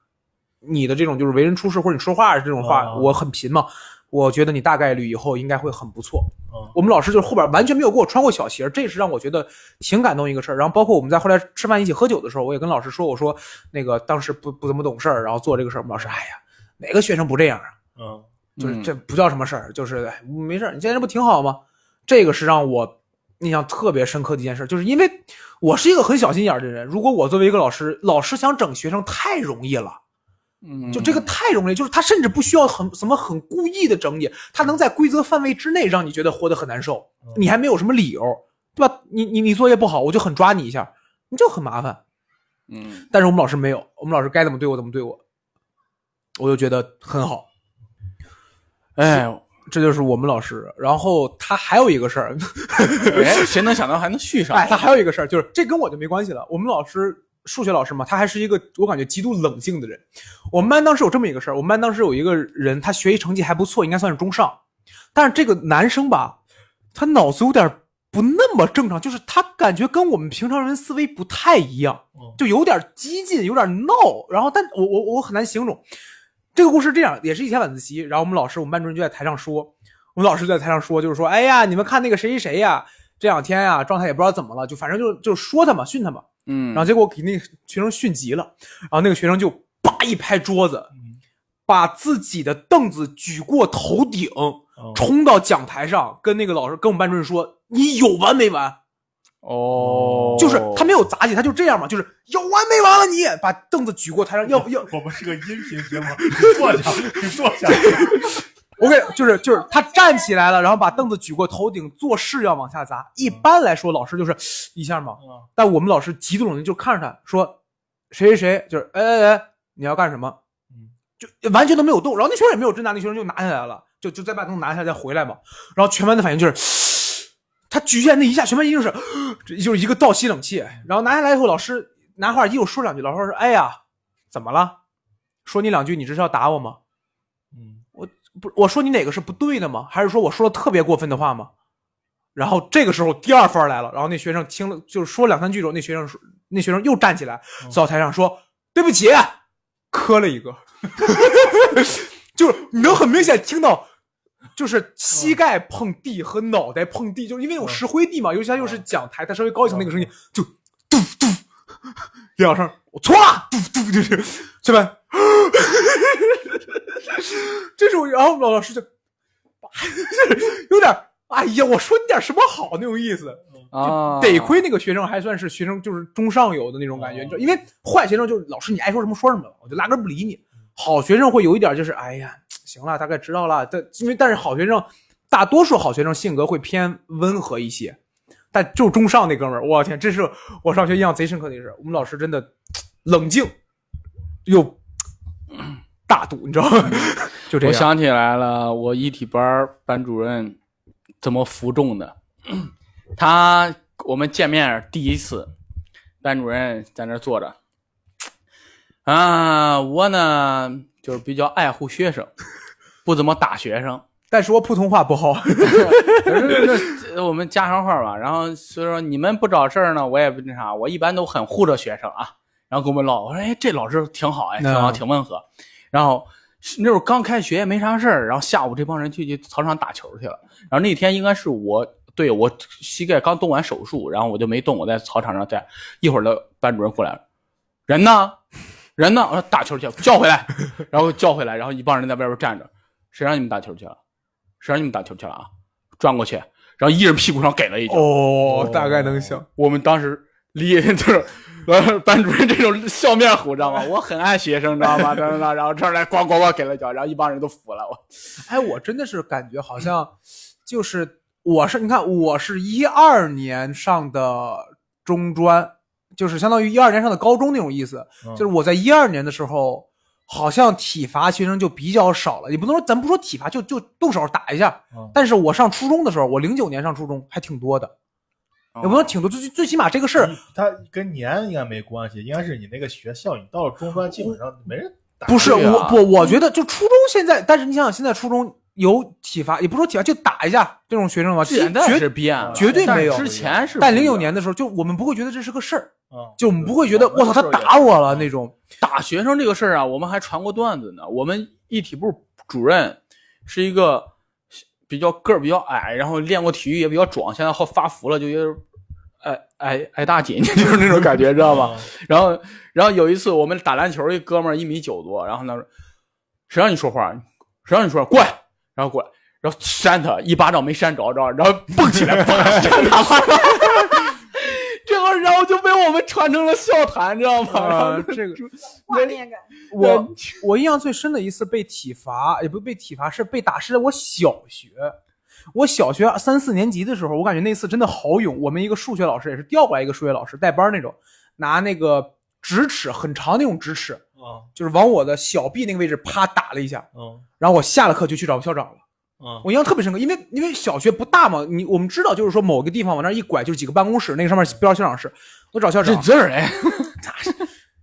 你的这种就是为人处事或者你说话这种话，嗯我很贫嘛。我觉得你大概率以后应该会很不错。嗯我们老师就是后边完全没有给我穿过小鞋，这是让我觉得挺感动一个事儿。然后包括我们在后来吃饭一起喝酒的时候，我也跟老师说，我说那个当时不不怎么懂事儿，然后做这个事儿。我们老师，哎呀，哪个学生不这样啊？嗯就是嗯这不叫什么事儿，就是哎没事儿，你现在这不挺好吗？这个是让我印象特别深刻的一件事，就是因为我是一个很小心眼儿的人。如果我作为一个老师，老师想整学生太容易了。嗯就这个太容易，就是他甚至不需要很什么很故意的整你，他能在规则范围之内让你觉得活得很难受嗯，你还没有什么理由，对吧？你你你作业不好，我就很抓你一下，你就很麻烦。嗯，但是我们老师没有，我们老师该怎么对我怎么对我，我就觉得很好。哎，这就是我们老师。然后他还有一个事儿，哎，谁能想到还能续上？哎，他还有一个事儿，就是这跟我就没关系了。我们老师数学老师嘛，他还是一个我感觉极度冷静的人。我们班当时有这么一个事儿，我们班当时有一个人，他学习成绩还不错，应该算是中上，但是这个男生吧，他脑子有点不那么正常，就是他感觉跟我们平常人思维不太一样嗯，就有点激进，有点闹。然后，但我我我很难形容。这个故事这样，也是一天晚自习，然后我们老师，我们班主任就在台上说，我们老师就在台上说，就是说，哎呀，你们看那个谁谁谁呀，这两天呀、状态也不知道怎么了，就反正就就说他嘛，训他嘛，嗯，然后结果给那个学生训急了，然后那个学生就叭一拍桌子，嗯把自己的凳子举过头顶，哦嗯冲到讲台上，跟那个老师跟我们班主任说：“你有完没完？”哦，就是他没有砸你，他就这样嘛，就是有完没完了你？把凳子举过台上，要要 (laughs) 我们是个音频节目，你坐下，你坐下。我给就是就是他站起来了，然后把凳子举过头顶，做势要往下砸。一般来说，老师就是一下嘛，嗯但我们老师极度冷静，就看着他说，谁谁谁，就是哎哎哎，你要干什么？就完全都没有动，然后那学生也没有挣扎，那学生就拿下来了，就就再把灯拿下来再回来嘛。然后全班的反应就是，他举起来那一下，全班一定是， (gasps) 这就是一个倒吸冷气。然后拿下来以后，老师拿话又说两句，老师说：“哎呀，怎么了？说你两句，你这是要打我吗？”嗯，不，我说你哪个是不对的吗？还是说我说的特别过分的话吗？然后这个时候第二番来了，然后那学生听了就是说两三句之后，那学生说那学生又站起来嗯走到台上说、对不起，磕了一个， (laughs) 就是你能很明显听到。就是膝盖碰地和脑袋碰地，就是因为有嗯石灰地嘛，尤其它又是讲台，它稍微高一层那个声音，就嘟嘟两声，我错了，嘟嘟就是，这边， (laughs) 这是我，然后老老师就， (laughs) 就是有点，哎呀，我说你点什么好那种意思，啊，得亏那个学生还算是学生，就是中上游的那种感觉，哦你知道，因为坏学生就是老师你爱说什么说什么，我就压根儿不理你。嗯好学生会有一点就是，哎呀，行了，大概知道了。但因为但是好学生，大多数好学生性格会偏温和一些，但就中上那哥们儿，我天，这是我上学印象贼深刻的一事。我们老师真的冷静又大度，你知道吗？ (laughs) 就这我样。想起来了，我一体班儿班主任怎么服众的？他我们见面第一次，班主任在那儿坐着，啊，我呢就是比较爱护学生，不怎么打学生。但是我普通话不好，可是这这我们家常话吧，然后所以说你们不找事儿呢，我也不那啥，我一般都很护着学生啊。然后跟我们唠，我说哎，这老师挺好哎，挺好，嗯挺温和。然后是那会儿刚开学没啥事儿，然后下午这帮人就去操场打球去了。然后那天应该是我对我膝盖刚动完手术，然后我就没动，我在操场上待一会儿的班主任过来了，人呢？人呢？我说打球去了，叫回来，然后叫回来，然后一帮人在外边站着，谁让你们打球去了？谁让你们打球去了啊？转过去，然后一人屁股上给了一脚。哦，大概能行。我们当时离 (laughs) 就是。呃班主任这种笑面虎，知道吗？我很爱学生，知道吗？然后然后这儿来咣咣咣给了一脚，然后一帮人都服了。我哎，我真的是感觉好像就是我是你看我是一二年上的中专，就是相当于一二年上的高中那种意思。嗯就是我在一二年的时候，好像体罚学生就比较少了。也不能说咱不说体罚，就就动手打一下嗯。但是我上初中的时候，我零九年上初中还挺多的，嗯也哦不能说挺多，最最最起码这个事儿你他跟年应该没关系，应该是你那个学校，你到了中专基本上没人打不是对啊我不，我觉得就初中现在，但是你想想现在初中有体罚，也不说体罚，就打一下这种学生吧，其实现在绝是变了，绝对没有但之前是不一样，啊但零九年的时候，就我们不会觉得这是个事儿，啊，就我们不会觉得我操他打我了那种。打学生这个事儿啊，我们还传过段子呢。我们一体部主任是一个比较个儿比较矮，然后练过体育也比较壮，现在好发福了，就有点儿矮矮矮大紧，就是那种感觉，知道吧？然后，然后有一次我们打篮球，一哥们儿一米九多，然后他说：“谁让你说话？谁让你说话？过来！”然后过来，然后扇他一巴掌没扇着，知道吧？然后蹦起来，啪，扇他巴掌。这个然后就被我们传成了笑谈，知道吗？然后呃，这个画面感。我我印象最深的一次被体罚，也不是被体罚，是被打是在我小学。我小学三四年级的时候，我感觉那次真的好勇。我们一个数学老师也是调过来一个数学老师带班儿那种，拿那个直尺很长那种直尺，啊就是往我的小臂那个位置啪打了一下，嗯然后我下了课就去找校长了。嗯我印象特别深刻，因为因为小学不大嘛，你我们知道就是说某个地方往那儿一拐就是几个办公室，那个上面标着校长室。我找校长，字儿哎，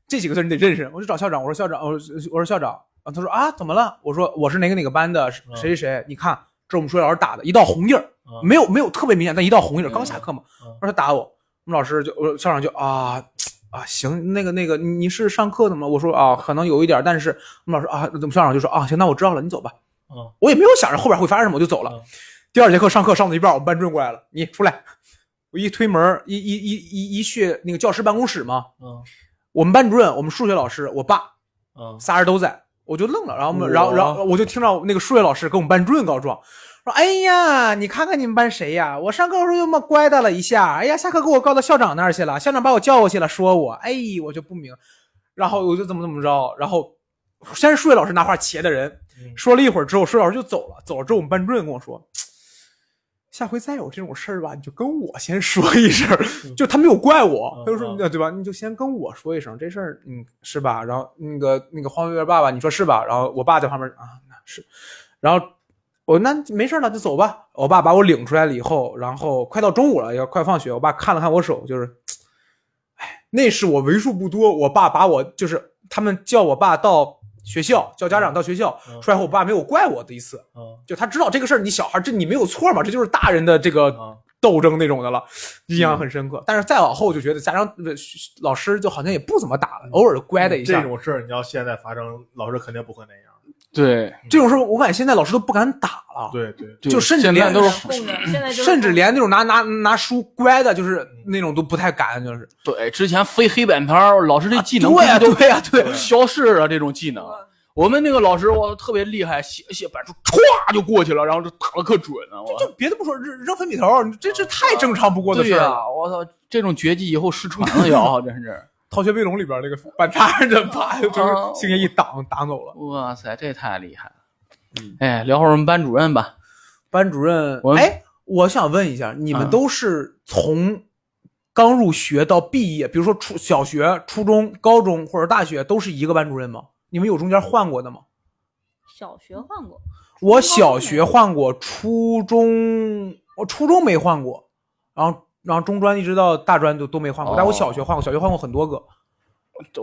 这几个字你得认识。我就找校长，我说校长，我说我说校长啊，他说啊怎么了？我说我是哪个哪个班的谁嗯谁谁，你看这是我们数学老师打的一道红印儿，嗯没有没有特别明显，但一道红印儿，刚下课嘛嗯，我说他打我，我们老师就我说校长就啊。啊，行，那个那个，你你是上课的吗？我说啊，可能有一点儿，但是我们老师啊，我们校长就说啊，行，那我知道了，你走吧。嗯我也没有想着后边会发生什么，我就走了。嗯第二节课上课上到一半，我们班主任过来了，你出来。我一推门儿，一一一一一去那个教师办公室嘛，嗯我们班主任、我们数学老师、我爸嗯仨人都在，我就愣了。然后我们，哇然后然后我就听到那个数学老师跟我们班主任告状。说哎呀，你看看你们班谁呀？我上课时候那么乖的了一下，哎呀，下课给我告到校长那儿去了，校长把我叫过去了，说我，哎，我就不明，然后我就怎么怎么着，然后先是数学老师拿话切的人，嗯说了一会儿之后，数学老师就走了。走了之后，我们班主任跟我说，下回再有这种事儿吧，你就跟我先说一声儿。就他没有怪我嗯，他就说嗯呃对吧？你就先跟我说一声这事儿，嗯，是吧？然后那个那个黄月爸爸，你说是吧？然后我爸在旁边啊，那是。然后我那没事儿了，就走吧。我爸把我领出来了以后，然后快到中午了，要快放学，我爸看了看我手，就是，哎，那是我为数不多，我爸把我就是他们叫我爸到学校，叫家长到学校嗯出来后，我爸没有怪我的一次，嗯就他知道这个事儿，你小孩儿这你没有错嘛，这就是大人的这个啊，斗争那种的了，印象很深刻。但是再往后就觉得家长、呃学老师就好像也不怎么打了，偶尔乖的一下。嗯嗯这种事儿你要现在发生，老师肯定不会那样。对这种事儿，我感觉现在老师都不敢打了，对对，对就甚至现在连都是供着，现在就是甚至连那种拿拿拿书乖的，就是那种都不太敢，就是对，之前飞黑板片儿，老师这技能啊对呀估计都对呀对呀消失了这种技能。我们那个老师我特别厉害，写写板书歘就过去了，然后就打的可准了。我就别的不说，扔扔粉笔头，这这太正常不过的对事呀、儿了。啊我操，这种绝技以后失传了要，真是， 《逃学威龙》里边那个板擦着哦啪，就是星爷一挡挡走了。哇塞，这太厉害了。嗯哎，聊会儿我们班主任吧。班主任我，哎，我想问一下，你们嗯都是从刚入学到毕业，比如说初小学、初中、高中或者大学，都是一个班主任吗？你们有中间换过的吗？小学换过，我小学换过，初中我初中没换过，然后然后中专一直到大专就都没换过，哦但我小学换过，小学换过很多个。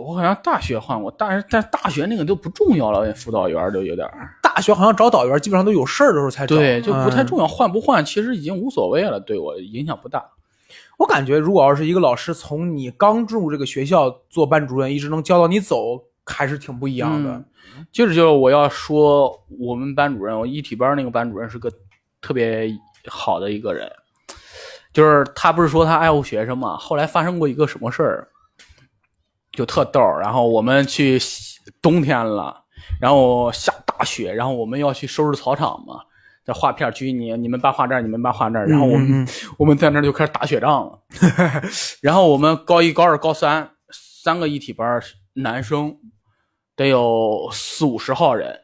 我好像大学换过，但是但是大学那个就不重要了，辅导员儿都有点儿，大学好像找导员基本上都有事儿的时候才找，对，就不太嗯重要，换不换其实已经无所谓了，对我影响不大。我感觉，如果要是一个老师从你刚入这个学校做班主任，一直能教到你走，还是挺不一样的。嗯。接着就是我要说，我们班主任，我一体班那个班主任是个特别好的一个人，就是他不是说他爱护学生嘛，后来发生过一个什么事儿，就特逗儿。然后我们去西冬天了，然后下大雪，然后我们要去收拾草场嘛。在画片区，你你们班画这儿，你们班画这儿，然后我们、嗯嗯我们在那儿就开始打雪 (laughs) 仗了。然后我们高一、高二、高三三个一体班儿，男生得有四五十号人，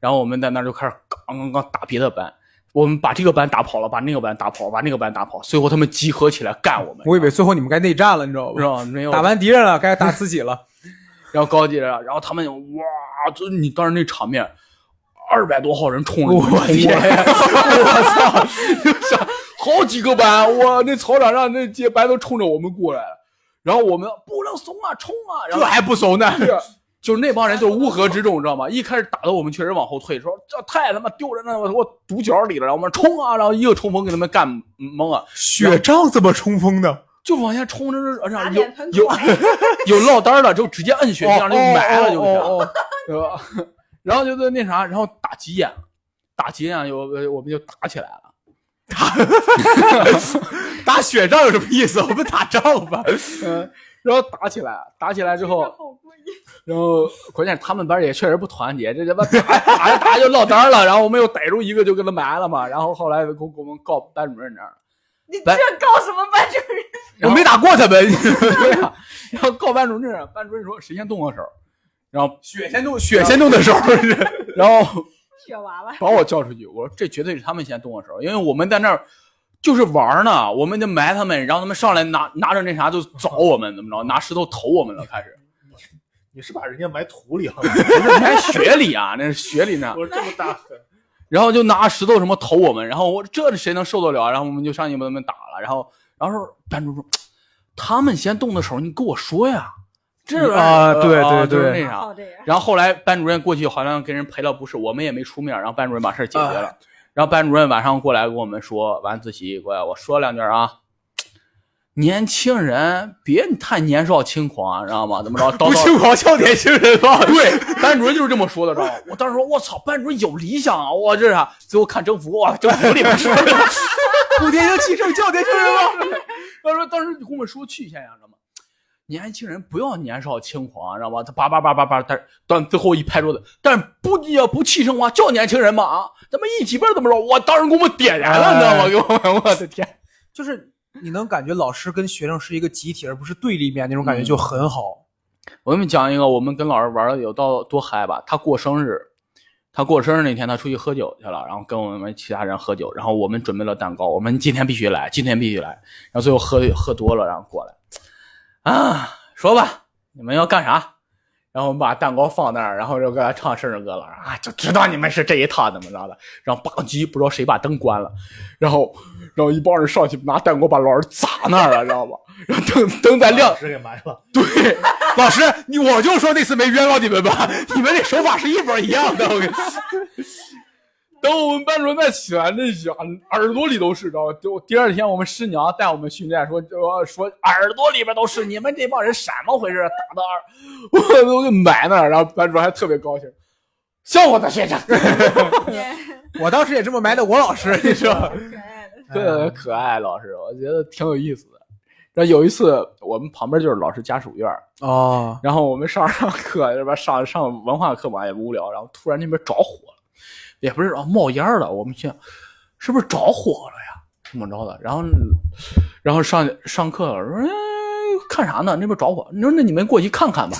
然后我们在那儿就开始刚刚刚打别的班，我们把这个班打跑了，把那个班打跑，把那个班打跑，最后他们集合起来干我们。我以为最后你们该内战了，你知道知吧？道没有打完敌人了，该打自己了。 (laughs) 然后高级了，然后他们就哇，就你当时那场面，二百多号人冲着我冲 (laughs) 过来，我操， (laughs) 就想好几个班，哇，那操场上那些班都冲着我们过来了，然后我们不能怂啊，冲啊，然后还不怂呢是就是那帮人就是乌合之众，你知道吗？一开始打的我们确实往后退，说这太他妈丢人了，我我堵角里了，然后我们冲啊，然后一个冲锋给他们干懵啊了，雪仗怎么冲锋的？ (laughs) 就往下冲着，然打后有脸盆有 (laughs) 有落单的就直接摁雪地上就埋了，就是。哦哦对吧？ (laughs) 然后就对那啥，然后打急眼了，打急眼有呃我们就打起来了。 (laughs) 打雪仗有什么意思？我们打仗吧。嗯，然后打起来，打起来之后，然后关键是他们班也确实不团结，这他妈打打着打着就落单了，然后我们又逮住一个就给他埋了嘛，然后后来给我给我们告班主任那儿了，你来这告什么班主任？我没打过他们， (laughs) 对呀、然后告班主任那儿，班主任说谁先动过手，然后雪先动，雪先动 (laughs) 的时候是然后雪娃娃，把我叫出去，我说这绝对是他们先动的手，因为我们在那儿就是玩儿呢，我们就埋他们，然后他们上来拿拿着那啥就找我们，怎么着，拿石头投我们了，开始 (laughs) 你是把人家埋 (laughs) 土里了，不是埋雪里啊，那是雪里呢，我说这么大 (laughs) 狠，然后就拿石头什么投我们，然后我这谁能受得了？啊然后我们就上去把他们打了，然后然后说班主任说他们先动的手，你跟我说呀，这玩意儿啊对啊对就是对那啥，哦好这样，然后后来班主任过去好像跟人赔了不是，我们也没出面，然后班主任把事儿解决哎了。然后班主任晚上过来跟我们说，晚自习过来我说两句啊，年轻人别太年少轻狂，啊知道吗？怎么 (laughs) 着？叨不叨。轻狂笑点新人啊吗？对，班主任就是这么说的，知道吗？我当时说，我操，班主任有理想啊！我这啥？最后看征服，哇，征服里面说的，古天星气盛笑点新人 (laughs) 吗？他说 (laughs) 当时跟我们说去现象，知道吗？年轻人不要年少轻狂，知道吗？他叭叭叭叭叭，但但最后一拍桌子，但不也不气盛啊，叫年轻人嘛啊！咱们一起班怎么着？我当时给我们点燃了，你知道吗？给我们，我的天！嗯就是你能感觉老师跟学生是一个集体，而不是对立面那种感觉就很好。我给你们讲一个，我们跟老师玩的有到多嗨吧？他过生日，他过生日那天他出去喝酒去了，然后跟我们其他人喝酒，然后我们准备了蛋糕，我们今天必须来，今天必须来，然后最后喝喝多了，然后过来，啊，说吧，你们要干啥？然后我们把蛋糕放那儿，然后就给他唱生日歌了啊，就知道你们是这一套怎么着的。然后吧唧，不知道谁把灯关了，然后然后一帮人上去拿蛋糕把老师砸那儿了，知道吧？然后灯灯哎在亮老，师给埋了。对， (laughs) 老师，你我就说那次没冤枉你们吧，你们这手法是一模一样的。我跟 (laughs) 等我们班轮再起来，那家耳朵里都是，知道吧？就第二天我们师娘带我们训练说，说说耳朵里边都是，你们这帮人什么回事？啊打的耳，我都给埋那儿，然后班主任还特别高兴，笑话的学生， (laughs) 我当时也这么埋的我老师，你说 (laughs) 可爱的，特别可爱，老师，我觉得挺有意思的。然后有一次，我们旁边就是老师家属院儿，哦，然后我们上上课，这边上上文化课嘛也无聊，然后突然那边着火了，也不是啊冒烟了，我们想是不是着火了呀？怎么着的？然后然后上上课了，说、哎、看啥呢？那边着火，你说那你们过去看看吧。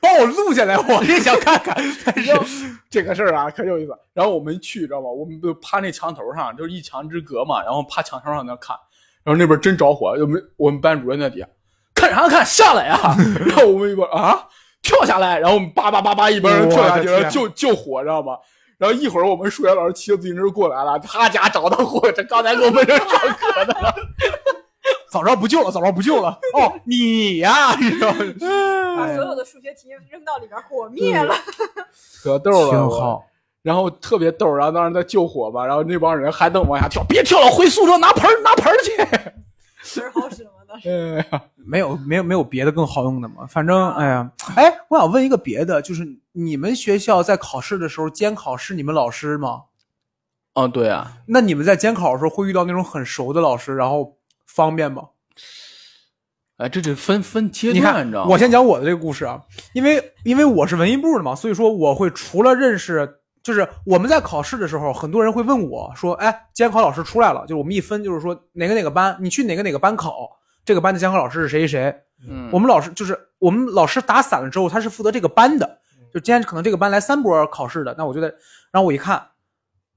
帮我录下来，我也想看 (laughs) 看。但是然后这个事儿啊，可有意思。然后我们去，知道吧？我们就趴那墙头上，就是一墙之隔嘛。然后趴墙头上那看，然后那边真着火，我们我们班主任在底下看啥看，下来呀、啊 (laughs) 然后我们一边啊跳下来，然后我们叭叭叭叭一帮人跳下去，哎我的天然后救救火，知道吧？然后一会儿我们数学老师骑着自行车过来了，他家着的火，这刚才给我们这上课的了。 (laughs) 早知道不救了，早知道不救了。哦，你呀、你知道吗哎把所有的数学题扔到里边，火灭了。 (laughs) 嗯 (laughs) 可逗了，挺好。然后特别逗，然后当时在救火嘛，然后那帮人还能往下跳，别跳了，回宿舍拿盆儿拿盆儿去。是好使吗？当时哎呀没有没有没有别的更好用的吗？反啊正哎呀，哎，我想问一个别的，就是你们学校在考试的时候监考是你们老师吗？ (laughs) 哦，对啊，那你们在监考的时候会遇到那种很熟的老师，然后方便吗？哎，这得分分阶你段，看你知道，吗？我先讲我的这个故事啊，因为因为我是文艺部的嘛，所以说我会除了认识，就是我们在考试的时候，很多人会问我说，哎，监考老师出来了，就是我们一分就是说哪个哪个班，你去哪个哪个班考，这个班的监考老师是谁谁谁，嗯，我们老师就是我们老师打散了之后，他是负责这个班的，就今天可能这个班来三波考试的，那我就在，然后我一看，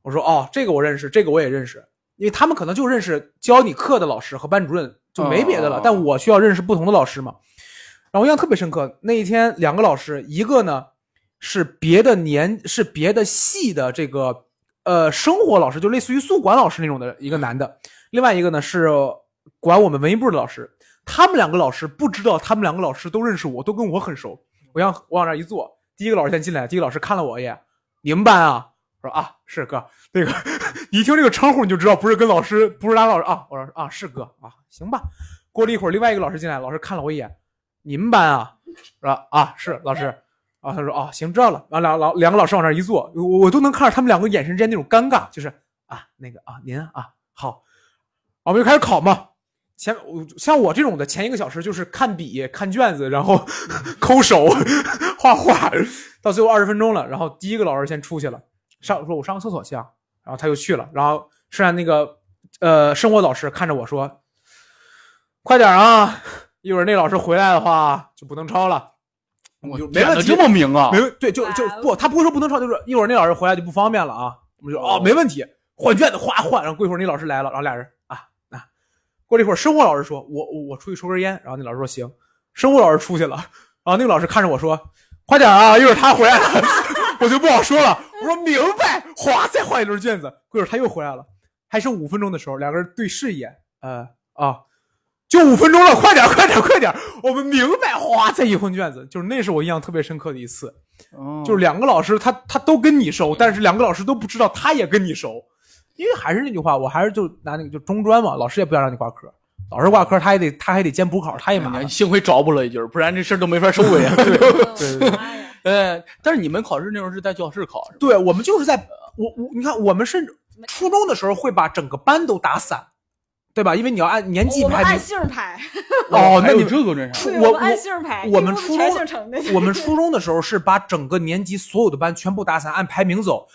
我说哦，这个我认识，这个我也认识，因为他们可能就认识教你课的老师和班主任，就没别的了，哦但我需要认识不同的老师嘛。然后我印象特别深刻，那一天两个老师，一个呢是别的年是别的系的这个呃生活老师，就类似于宿管老师那种的一个男的，另外一个呢是管我们文艺部的老师。他们两个老师不知道，他们两个老师都认识我，都跟我很熟。我想我往那儿一坐，第一个老师先进来，第一个老师看了我一眼，你们班啊？我说啊，是哥，那个 (laughs) 你一听这个称呼你就知道不是跟老师，不是拉老师啊。我说啊，是哥啊，行吧。过了一会儿，另外一个老师进来，老师看了我一眼，你们班啊？我说啊，是老师。啊，他说啊，行，知道了。然后两老两个老师往那儿一坐，我我都能看着他们两个眼神之间那种尴尬，就是啊，那个啊，您啊啊，好，啊我们就开始考嘛。前我像我这种的，前一个小时就是看笔、看卷子，然后抠手、 (laughs) 画画，到最后二十分钟了，然后第一个老师先出去了，上说我上个厕所去啊，然后他就去了，然后剩下那个呃生活老师看着我说，快点啊，一会儿那老师回来的话就不能抄了，我就没点问的题这，么明啊没？问对，就就啊不，他不会说不能抄，就是一会儿那老师回来就不方便了啊。我们就哦，没问题，换卷子哗换，然后过一会儿那老师来了，然后俩人啊啊，过了一会儿生活老师说，我我我出去抽根烟，然后那老师说行，生活老师出去了，然后那个老师看着我说，快点啊，一会儿他回来了， (laughs) 我就不好说了，我说明白，哗再换一轮卷子，过一会儿他又回来了，还剩五分钟的时候，两个人对视一眼，呃啊。就五分钟了，快点，快点，快点！我们明白，哗，再一混卷子，就是那是我印象特别深刻的一次。哦就是两个老师他他都跟你熟，但是两个老师都不知道他也跟你熟，因为还是那句话，我还是就拿那个就中专嘛，老师也不想让你挂科，老师挂科他也得他还得兼补考，哎他也麻烦。幸亏着不了一句儿，不然这事儿都没法收尾 (laughs) 啊。我的妈呀！哎，但是你们考试那时候是在教室 (laughs) 考是吧？对我们就是在我我你看我们甚至初中的时候会把整个班都打散，对吧？因为你要按年级我们排按名。姓排，哦，那还有你这个真是初对我们按姓排，我我们一屋子初全中姓程的。我们初中的时候是把整个年级所有的班全部打散，按排名走，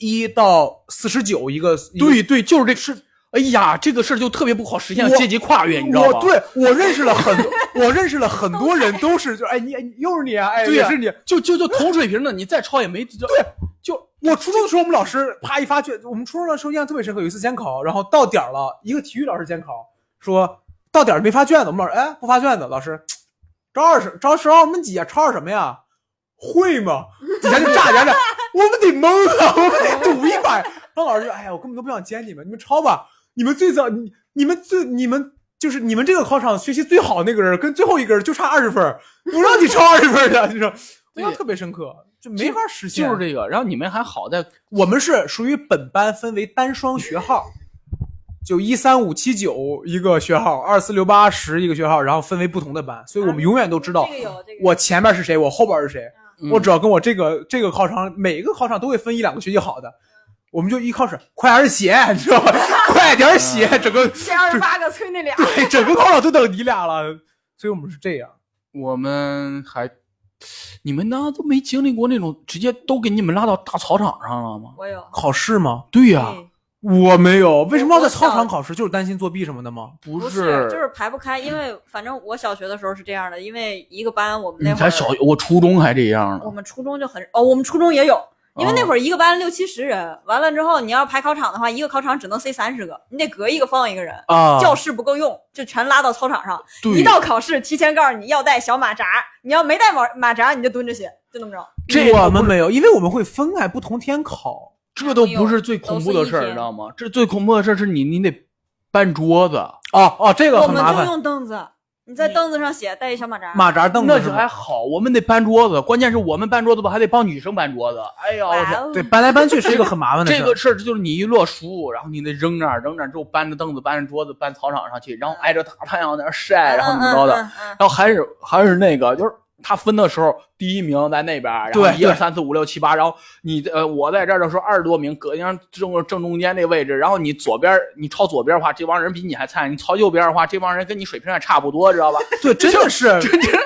一到四十九一个。一个对对，就是这是。哎呀，这个事儿就特别不好实现我阶级跨越，你知道我吧？对我认识了很，我认识了很多人都是，就哎你哎你又是你啊，哎对也呀是你。就就就同水平的，你再抄也没对对就我初中的时候，我们老师啪一发卷，我们初中的时候印象特别深刻。有一次监考，然后到点儿了，一个体育老师监考说到点儿没发卷子，我们老师哎不发卷子，老师招二什招十二我们几啊？抄二什么呀？会吗？底下就炸家长，我们得蒙啊，我们得赌一把。然后老师就哎呀，我根本都不想监你们，你们抄吧，你们最早你你们最你们。就是你们这个考场学习最好那个人跟最后一个人就差二十分儿，我让你抄二十分儿去，你说，我印象对特别深刻，就没法实现。就是这个。然后你们还好在我们是属于本班分为单双学号，就一三五七九一个学号，二四六八十一个学号，然后分为不同的班，所以我们永远都知道这个有这个有我前面是谁，我后边是谁。嗯我只要跟我这个这个考场，每个考场都会分一两个学习好的，我们就一考试快点写，你知道吧？ (laughs) 快点写，嗯整个这二十八个催那俩，对整个考场都等你俩了，所以我们是这样。我们还，你们呢都没经历过那种直接都给你们拉到大操场上了吗？我有。嗯考试吗？对呀、对我没有，为什么要在操我场小考试？就是担心作弊什么的吗？不不就是排不开，因为反正我小学的时候是这样的，因为一个班我们那你会儿才小，我初中还这样我呢。们初中就很哦，我们初中也有，因为那啊哦会儿一个班六七十人，完了之后你要排考场的话，一个考场只能塞三十个，你得隔一个放一个人，啊，教室不够用就全拉到操场上。对一到考试，提前告诉你要带小马扎，你要没带马马扎你就蹲着写，就那么着。这我个们没有，因为我们会分开不同天考。这都不是最恐怖的事都儿，是一你天知道吗？这最恐怖的事儿是你你得搬桌子，哦哦，这个我很们麻就烦。用凳子，你在凳子上写，带一小马扎。马扎凳那子就是哎还吗？好，我们得搬桌子，关键是我们搬桌子吧，还得帮女生搬桌子。哎呀，哇我天！哦对，搬来搬去是一个很麻烦的事这儿。个事儿就是你一落书，然后你得扔那儿，扔那儿之后搬着凳子、搬着桌子、搬操场上去，然后挨着大太阳在那儿晒，然后怎么着的。嗯嗯嗯嗯然后还是还是那个，就是他分的时候，第一名在那边，然后对一二对三四五六七八，然后你呃我在这儿的时候二十多名，隔江正正中间那位置，然后你左边你抄左边的话，这帮人比你还菜；你抄右边的话，这帮人跟你水平也差不多，知道吧？ (laughs) 对，真的是这这。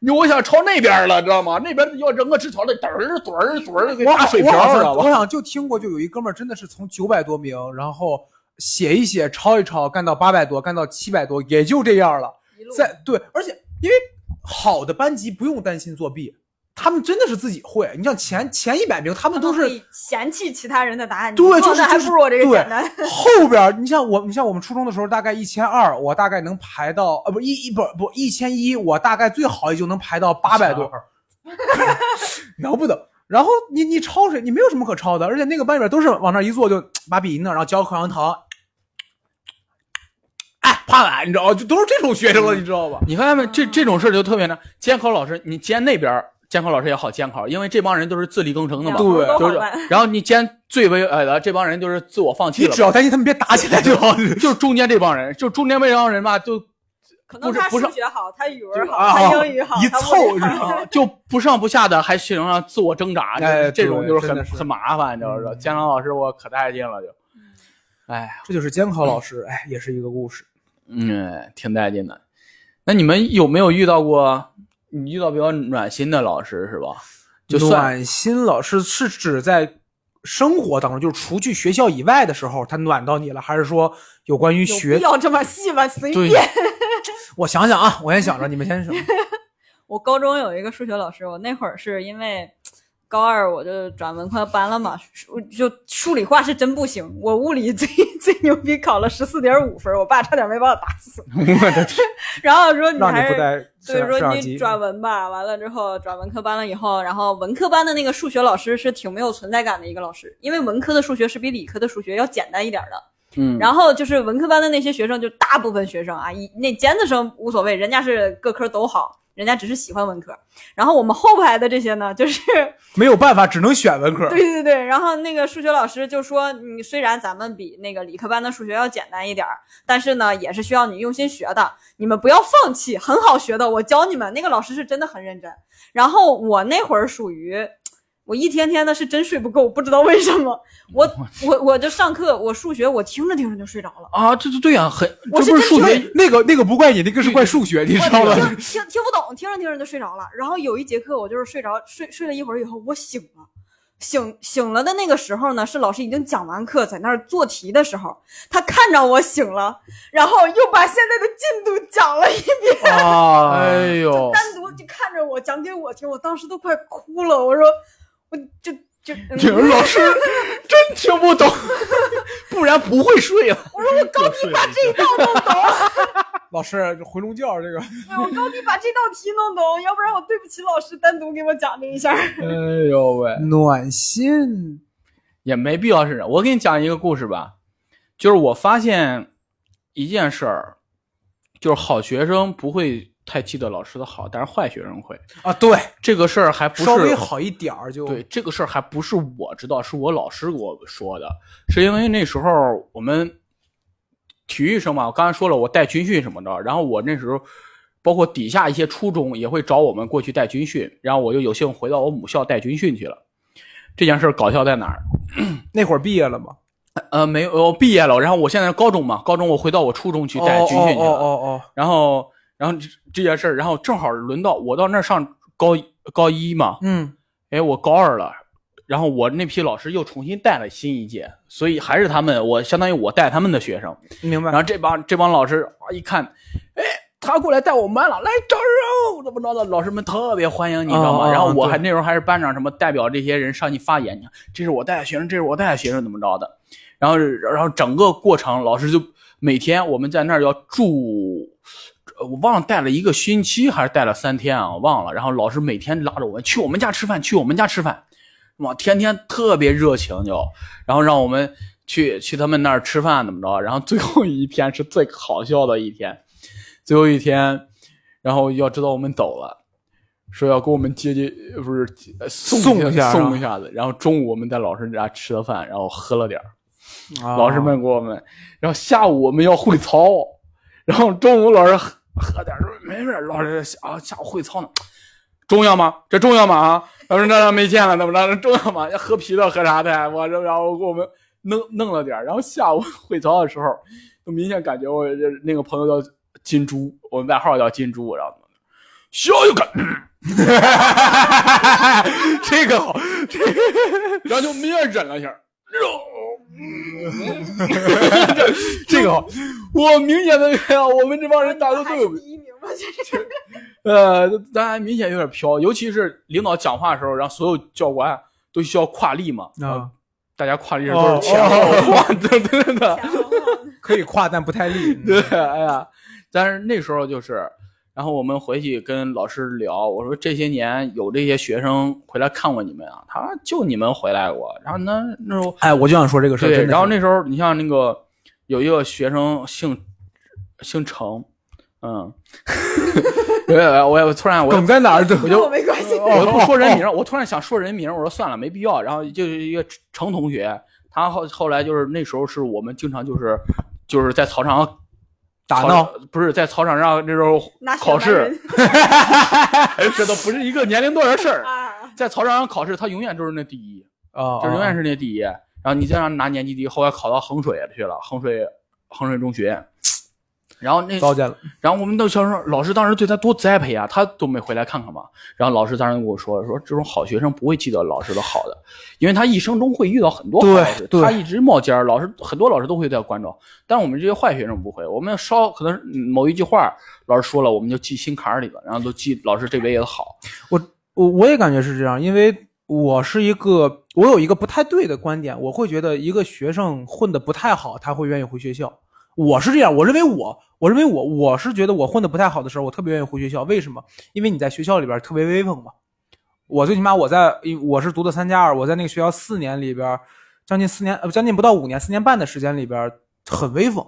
这我想抄那边了，知道吗？那边要扔个纸条，得嘚儿嘚儿嘚儿给我大好水我瓢，好知像道我吧？好像就听过，就有一哥们儿真的是从九百多名，然后写一写、抄一抄，干到八百多，干到七百多，也就这样哎了。嗯一路在对，而且因为好的班级不用担心作弊，他们真的是自己会。你像前前一百名，他们都他是们会嫌弃其他人的答案，你对做就是的还就是不如我这个对简单。后边儿，你像我，你像我们初中的时候，大概一千二，我大概能排到，呃，不一一不不一千一，我大概最好也就能排到八百多， (laughs) 能不能？然后你你抄谁？你没有什么可抄的，而且那个班里边都是往那儿一坐就把笔一弄，然后嚼口香糖，哎，趴碗，你知道吗？就都是这种学生了，你知道吧？你发现没？这这种事儿就特别难。监考老师，你监那边儿监考老师也好监考，因为这帮人都是自力更生的两，嘛头都就好是办。。然后你监最为呃的这帮人就是自我放弃你了只，要担心他们别打起来就好。就是中间这帮人，就中间这帮人吧，就可不能是他不是数学好，他语文就好，啊他英语好，一他物凑理是好。吧 (laughs) 啊就不上不下的，还形成了自我挣扎，哎这种对就是真很的是很麻烦，你知道吧？嗯监考老师我可带劲了，就，嗯哎呀，这就是监考老师，哎，也是一个故事。嗯，挺带劲的。那你们有没有遇到过？你遇到比较暖心的老师是吧？就算暖心老师是指在生活当中，就是除去学校以外的时候，他暖到你了，还是说有关于有学必？要这么细吗？随对便。我想想啊，我先想着，你们先想。我高中有一个数学老师，我那会儿是因为高二我就转文科班了嘛，数就数理化是真不行，我物理最 (laughs) 最牛逼考了十四点五分，我爸差点没把我打死。 (laughs) 我的天，然后说你让你还不是。带所以摄摄说像你机。转文吧，完了之后转文科班了以后，然后文科班的那个数学老师是挺没有存在感的一个老师，因为文科的数学是比理科的数学要简单一点的。嗯，然后就是文科班的那些学生，就大部分学生啊，一那尖子生无所谓，人家是各科都好，人家只是喜欢文科。然后我们后排的这些呢，就是没有办法，只能选 (laughs) 文科。对对对。然后那个数学老师就说，你虽然咱们比那个理科班的数学要简单一点儿，但是呢，也是需要你用心学的，你们不要放弃，很好学的，我教你们。那个老师是真的很认真。然后我那会儿属于。我一天天的是真睡不够，不知道为什么，我我我就上课，我数学我听着听着就睡着了。啊，这这对呀、啊，很我这是不是数真学觉对，那个那个不怪你，那个是怪数学，你我知道听 (laughs) 吗？听听不懂，听着听着就睡着了。然后有一节课我就是睡着，睡睡了一会儿以后我醒了，醒醒了的那个时候呢，是老师已经讲完课，在那儿做题的时候，他看着我醒了，然后又把现在的进度讲了一遍，啊， (laughs) 哎呦，单独就看着我讲给我听，我当时都快哭了。我说，我就就、嗯你们 (laughs) 老师真听不懂，不然不会睡了。我说我高低把这一道弄懂， (laughs) 老师回笼觉这个，对我高低把这道题弄懂，要不然我对不起老师单独给我讲这一下。哎呦喂，暖心，也没必要是。我给你讲一个故事吧，就是我发现一件事儿，就是好学生不会太记得老师的好，但是坏学生会。啊，对，这个事儿还不是稍微好一点儿就对，这个事儿还不是我知道，是我老师给我说的，是因为那时候我们体育生嘛，我刚才说了，我带军训什么的，然后我那时候包括底下一些初中也会找我们过去带军训，然后我就有幸回到我母校带军训去了。这件事儿搞笑在哪儿？那会儿毕业了嘛，呃，没有，我毕业了，然后我现在是高中嘛，高中我回到我初中去带军训去了，哦哦然后然后这这件事儿，然后正好轮到我到那儿上高一高一嘛，哦，嗯，哎，我高二了，然后我那批老师又重新带了新一届，所以还是他们，我相当于我带他们的学生。明白然。后这帮这帮老师啊，一看，哎，他过来带我们班了，来招人，怎么着的？老师们特别欢迎你，你知道哦吗？哦哦然后我还对那时候还是班长，什么代表这些人上去发言，这是我带的学生，这是我带的学生，怎么着的？然后然后整个过程，老师就每天我们在那儿要住。呃我忘了带了一个星期还是带了三天啊，我忘了。然后老师每天拉着我们去我们家吃饭，去我们家吃饭，哇，天天特别热情就，然后让我们去去他们那儿吃饭怎么着，然后最后一天是最好笑的一天，最后一天，然后要知道我们走了，说要给我们接接呃不是呃送送一一下下啊送一下子，然后中午我们在老师家吃的饭，然后喝了点儿，啊老师们给我们，然后下午我们要会操，然后中午老师喝喝点儿说没事儿，老师下啊下午会操呢，重要吗？这重要吗啊？老师那那没见了，怎么着？这重要吗？要喝啤的喝啥的？我这然后给我们弄弄了点儿，然后下午会操的时候，就明显感觉我这那个朋友叫金猪，我们外号叫金猪，然后小就感。这个好，然后就明显忍了一下，这个好，我明显的看到我们这帮人大家都都还是有第一名吧，这是呃，咱还明显有点飘，尤其是领导讲话的时候，然后所有教官都需要跨立嘛，啊，大家跨立的时哦候前后晃，对对对对，前后晃可以跨但不太利，嗯 (laughs) 对，哎呀，但是那时候就是，然后我们回去跟老师聊，我说这些年有这些学生回来看过你们啊，他说就你们回来过，然后那那时候哎，我就想说这个事儿，对，真的然后是那时候你像那个有一个学生姓姓程，嗯， (laughs) 有点我也我突然我哦也梗在哪儿？对，我跟我没关系。我哦都不说人名儿，我突然想说人名儿，我说算了，没必要。然后就是一个程同学，他后后来就是那时候是我们经常就是就是在操场上打操闹，不是在操场上那时候拿考试，雪 (laughs) 这都不是一个年龄段的事白人儿。啊，在操场上考试，他永远就是那第一，啊，就是永远是是那第一。然后你再让拿年级第一，后来考到衡水去了，衡水衡水中学。然后那哦糟践了，然后我们那小时候，老师当时对他多栽培啊，他都没回来看看嘛。然后老师当时跟我说，说这种好学生不会记得老师的好的，因为他一生中会遇到很多好对老师，对他一直冒尖儿，老师很多老师都会对他关照。但是我们这些坏学生不会，我们稍可能嗯某一句话老师说了，我们就记心坎儿里了，然后都记老师这边也好。我我也感觉是这样，因为我是一个，我有一个不太对的观点，我会觉得一个学生混的不太好，他会愿意回学校。我是这样，我认为我，我认为我，我是觉得我混的不太好的时候，我特别愿意回学校。为什么？因为你在学校里边特别威风嘛。我最起码我在，因为我是读的三加二，我在那个学校四年里边，将近四年，呃，将近不到五年，四年半的时间里边很威风，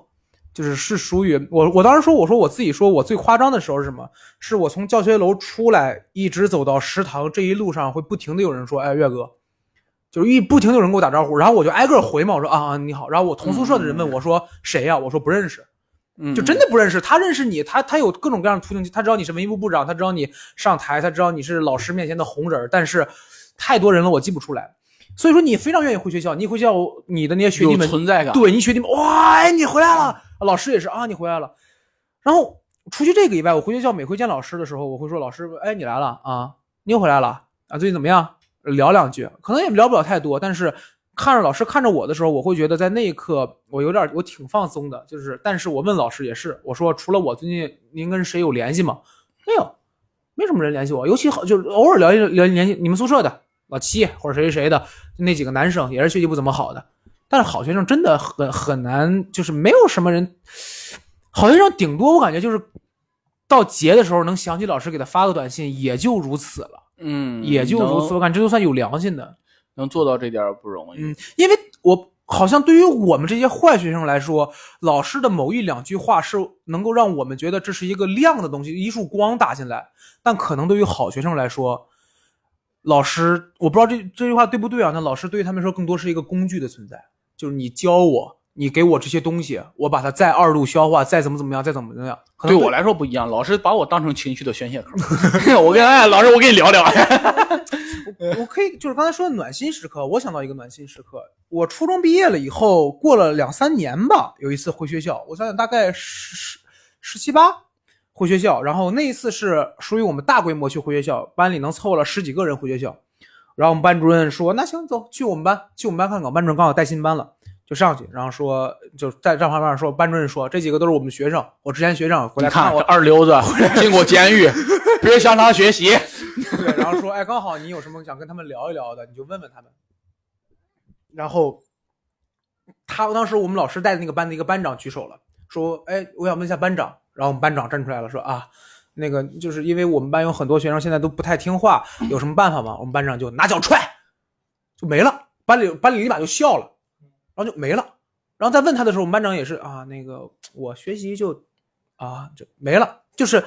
就是是属于我。我当时说，我说我自己说我最夸张的时候是什么？是我从教学楼出来，一直走到食堂这一路上，会不停的有人说：“哎，岳哥。”就是一不停地有人给我打招呼，然后我就挨个回嘛，我说啊啊你好，然后我同宿舍的人问我说谁呀、我说不认识，嗯，就真的不认识。他认识你，他他有各种各样的途径，他知道你是文艺部部长，他知道你上台，他知道你是老师面前的红人儿，但是太多人了，我记不出来。所以说你非常愿意回学校，你一回学校，你的那些学弟有们存在感。对你学弟们，哇，哎，你回来了，老师也是啊，你回来了。然后除去这个以外，我回学校每回见老师的时候，我会说老师，哎，你来了啊，你又回来了啊，最近怎么样聊两句，可能也聊不了太多，但是看着老师看着我的时候，我会觉得在那一刻我有点我挺放松的，就是但是我问老师也是，我说除了我最近您跟谁有联系吗？没有，没什么人联系我，尤其好就是偶尔聊一聊联系你们宿舍的老七或者谁谁谁的那几个男生，也是学习不怎么好的，但是好学生真的很很难，就是没有什么人，好学生顶多我感觉就是到节的时候能想起老师给他发个短信，也就如此了，嗯，也就如此，能我感觉这就算有良心的，能做到这点儿不容易。嗯，因为我。好像对于我们这些坏学生来说，老师的某一两句话是能够让我们觉得这是一个亮的东西，一束光打进来。但可能对于好学生来说，老师，我不知道这这句话对不对啊？那老师对于他们来说更多是一个工具的存在，就是你教我，你给我这些东西，我把它再二度消化，再怎么怎么样，再怎么怎么样。可对能我来说不一样，老师把我当成情绪的宣泄口。 (laughs) 我跟哎， (laughs) 老师，我跟你聊聊。我我可以就是刚才说的暖心时刻，我想到一个暖心时刻。我初中毕业了以后，过了两三年吧，有一次回学校，我想想大概十十十七八回学校，然后那一次是属于我们大规模去回学校，班里能凑了十几个人回学校。然后我们班主任说：“那行，走，去我们班，去我们班看看。”班主任刚好带新班了，就上去，然后说，就在站旁边说，班主任说：“这几个都是我们学生，我之前学生回你来看看我我二流子进过监狱， (laughs) 别向他学习。对，然后说，哎，刚好你有什么想跟他们聊一聊的，你就问问他们。然 (laughs) 后他当时我们老师带的那个班的一个班长举手了，说，哎，我想问一下班长。然后我们班长站出来了，说啊，那个就是因为我们班有很多学生现在都不太听话，有什么办法吗？我们班长就拿脚踹，就没了。班里班里立马就笑了，然后就没了。然后再问他的时候，我们班长也是啊，那个我学习就啊就没了，就是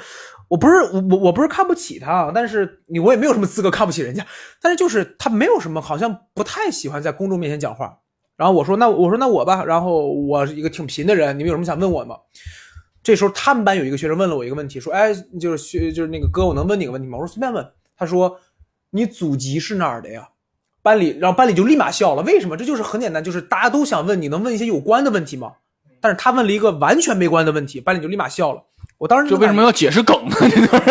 我不是我我我不是看不起他，啊，但是你我也没有什么资格看不起人家，但是就是他没有什么，好像不太喜欢在公众面前讲话。然后我说那我说那我吧，然后我是一个挺贫的人，你们有什么想问我的吗？这时候他们班有一个学生问了我一个问题，说哎就是学就是那个哥，我能问你个问题吗？我说随便问。他说你祖籍是哪儿的呀？班里，然后班里就立马笑了。为什么？这就是很简单，就是大家都想问，你能问一些有关的问题吗？但是他问了一个完全没关的问题，班里就立马笑了。我当时这为什感觉么要解释梗呢？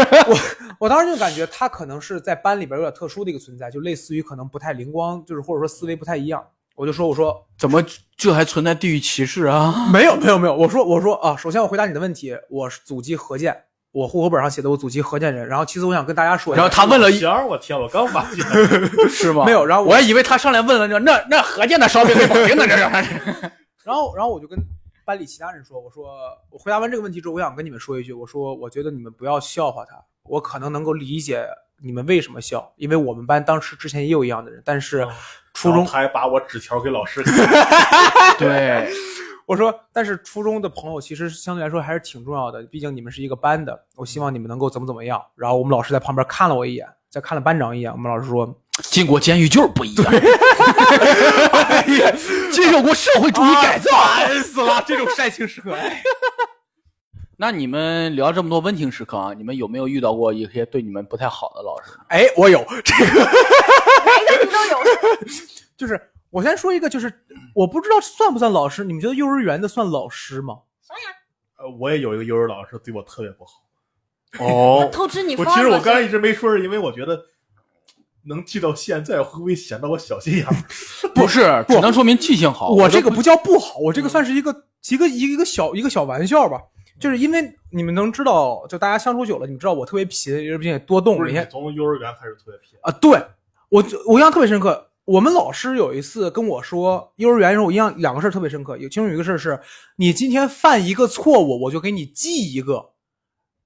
(laughs) 我当时就感觉他可能是在班里边有点特殊的一个存在，就类似于可能不太灵光，就是或者说思维不太一样。我就说，我说怎么这还存在地域歧视啊？没有没有没有，我说我说啊，首先我回答你的问题，我是祖籍河间，我户口本上写的我祖籍河间人。然后其次我想跟大家说一 (laughs) 然后下，他问了一弦儿，我天，我刚发现，是吗？没有，，然后我我还以为他上来问了那那那河间的烧饼跟北京的这是。然后，然后我就跟班里其他人说，我说我回答完这个问题之后，我想跟你们说一句，我说我觉得你们不要笑话他，我可能能够理解你们为什么笑，因为我们班当时之前也有一样的人，但是哦 (laughs) 初然中后他还把我纸条给老师看， (laughs) (laughs) 对，我说，但是初中的朋友其实相对来说还是挺重要的，毕竟你们是一个班的。我希望你们能够怎么怎么样。然后我们老师在旁边看了我一眼，再看了班长一眼。我们老师说，进过监狱就是不一样， (laughs) 接受过社会主义改造。烦死了！ (laughs) 这种煽情时刻，哎那你们聊这么多温情时刻啊，你们有没有遇到过一些对你们不太好的老师？哎，我有 (laughs) 这个，每个你都有。就是我先说一个，就是我不知道算不算老师，你们觉得幼儿园的算老师吗？呃我也有一个幼儿老师对我特别不好。哦，偷吃你我方其实我了，刚才一直没说，是因为我觉得能记到现在，会不会显得我小心眼 (laughs) 儿？不是，只能说明记性好。我这哦都个不叫不好，我这个算是一个一个一个一个小一个小玩笑吧。就是因为你们能知道，就大家相处久了，你们知道我特别贫，并且多动，不每是，天你从幼儿园开始特别偏。啊，对我就我印象特别深刻。我们老师有一次跟我说，幼儿园的时候，我印象两个事儿特别深刻。有其中有一个事儿是，你今天犯一个错误，我就给你记一个，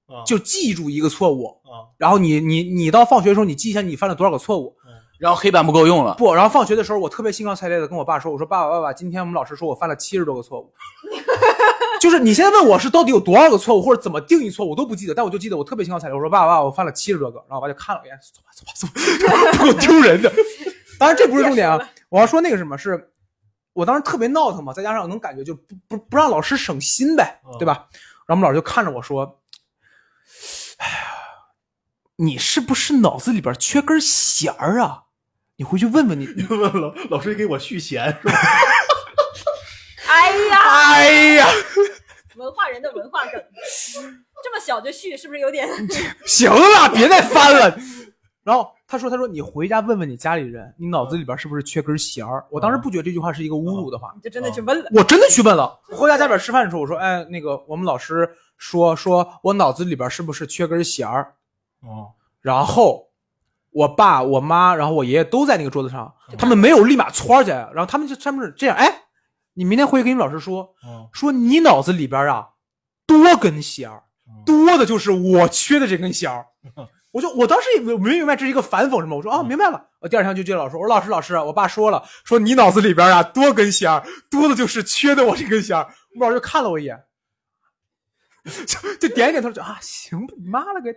啊就记住一个错误。啊，然后你你你到放学的时候，你记一下你犯了多少个错误。然后黑板不够用了，不，然后放学的时候，我特别兴高采烈的跟我爸说：“我说爸爸爸爸，今天我们老师说我犯了七十多个错误。” (laughs) 就是你现在问我是到底有多少个错误，或者怎么定义错误，我都不记得，但我就记得我特别兴高采烈，我说爸爸爸爸，我犯了七十多个，然后我爸就看了我一眼，走吧走吧走吧， (laughs) 不够丢人的。当然这不是重点啊，我要说那个什么是，我当时特别闹腾嘛，再加上我能感觉就不不不让老师省心呗，对吧？然后我们老师就看着我说：“哎呀，你是不是脑子里边缺根弦儿啊？你回去问问你。”问老老师给我续弦是吧？ (laughs) 哎呀，哎呀，文化人的文化梗，这么小就续，是不是有点？ (laughs) 行了，别再翻了。然后他说：“他说你回家问问你家里人，你脑子里边是不是缺根弦儿？”我当时不觉得这句话是一个侮辱的话，你就真的去问了。我真的去问了。嗯我回家家里边吃饭的时候，我说：“哎，那个我们老师说说我脑子里边是不是缺根弦儿哦，？”然后我爸、我妈，然后我爷爷都在那个桌子上，他们没有立马窜起来，然后他们就他们是这样：“哎，你明天回去跟你老师说，哦，说你脑子里边啊多根弦儿，多的就是我缺的这根弦儿。我就我当时也没没明白这是一个反讽什么，我说哦明白了。我第二天就见老师，我说老师老师，啊我爸说了，说你脑子里边啊多根弦儿，多的就是缺的我这根弦儿。我老师就看了我一眼， (laughs) 就就点一点头，就啊行吧，你妈了个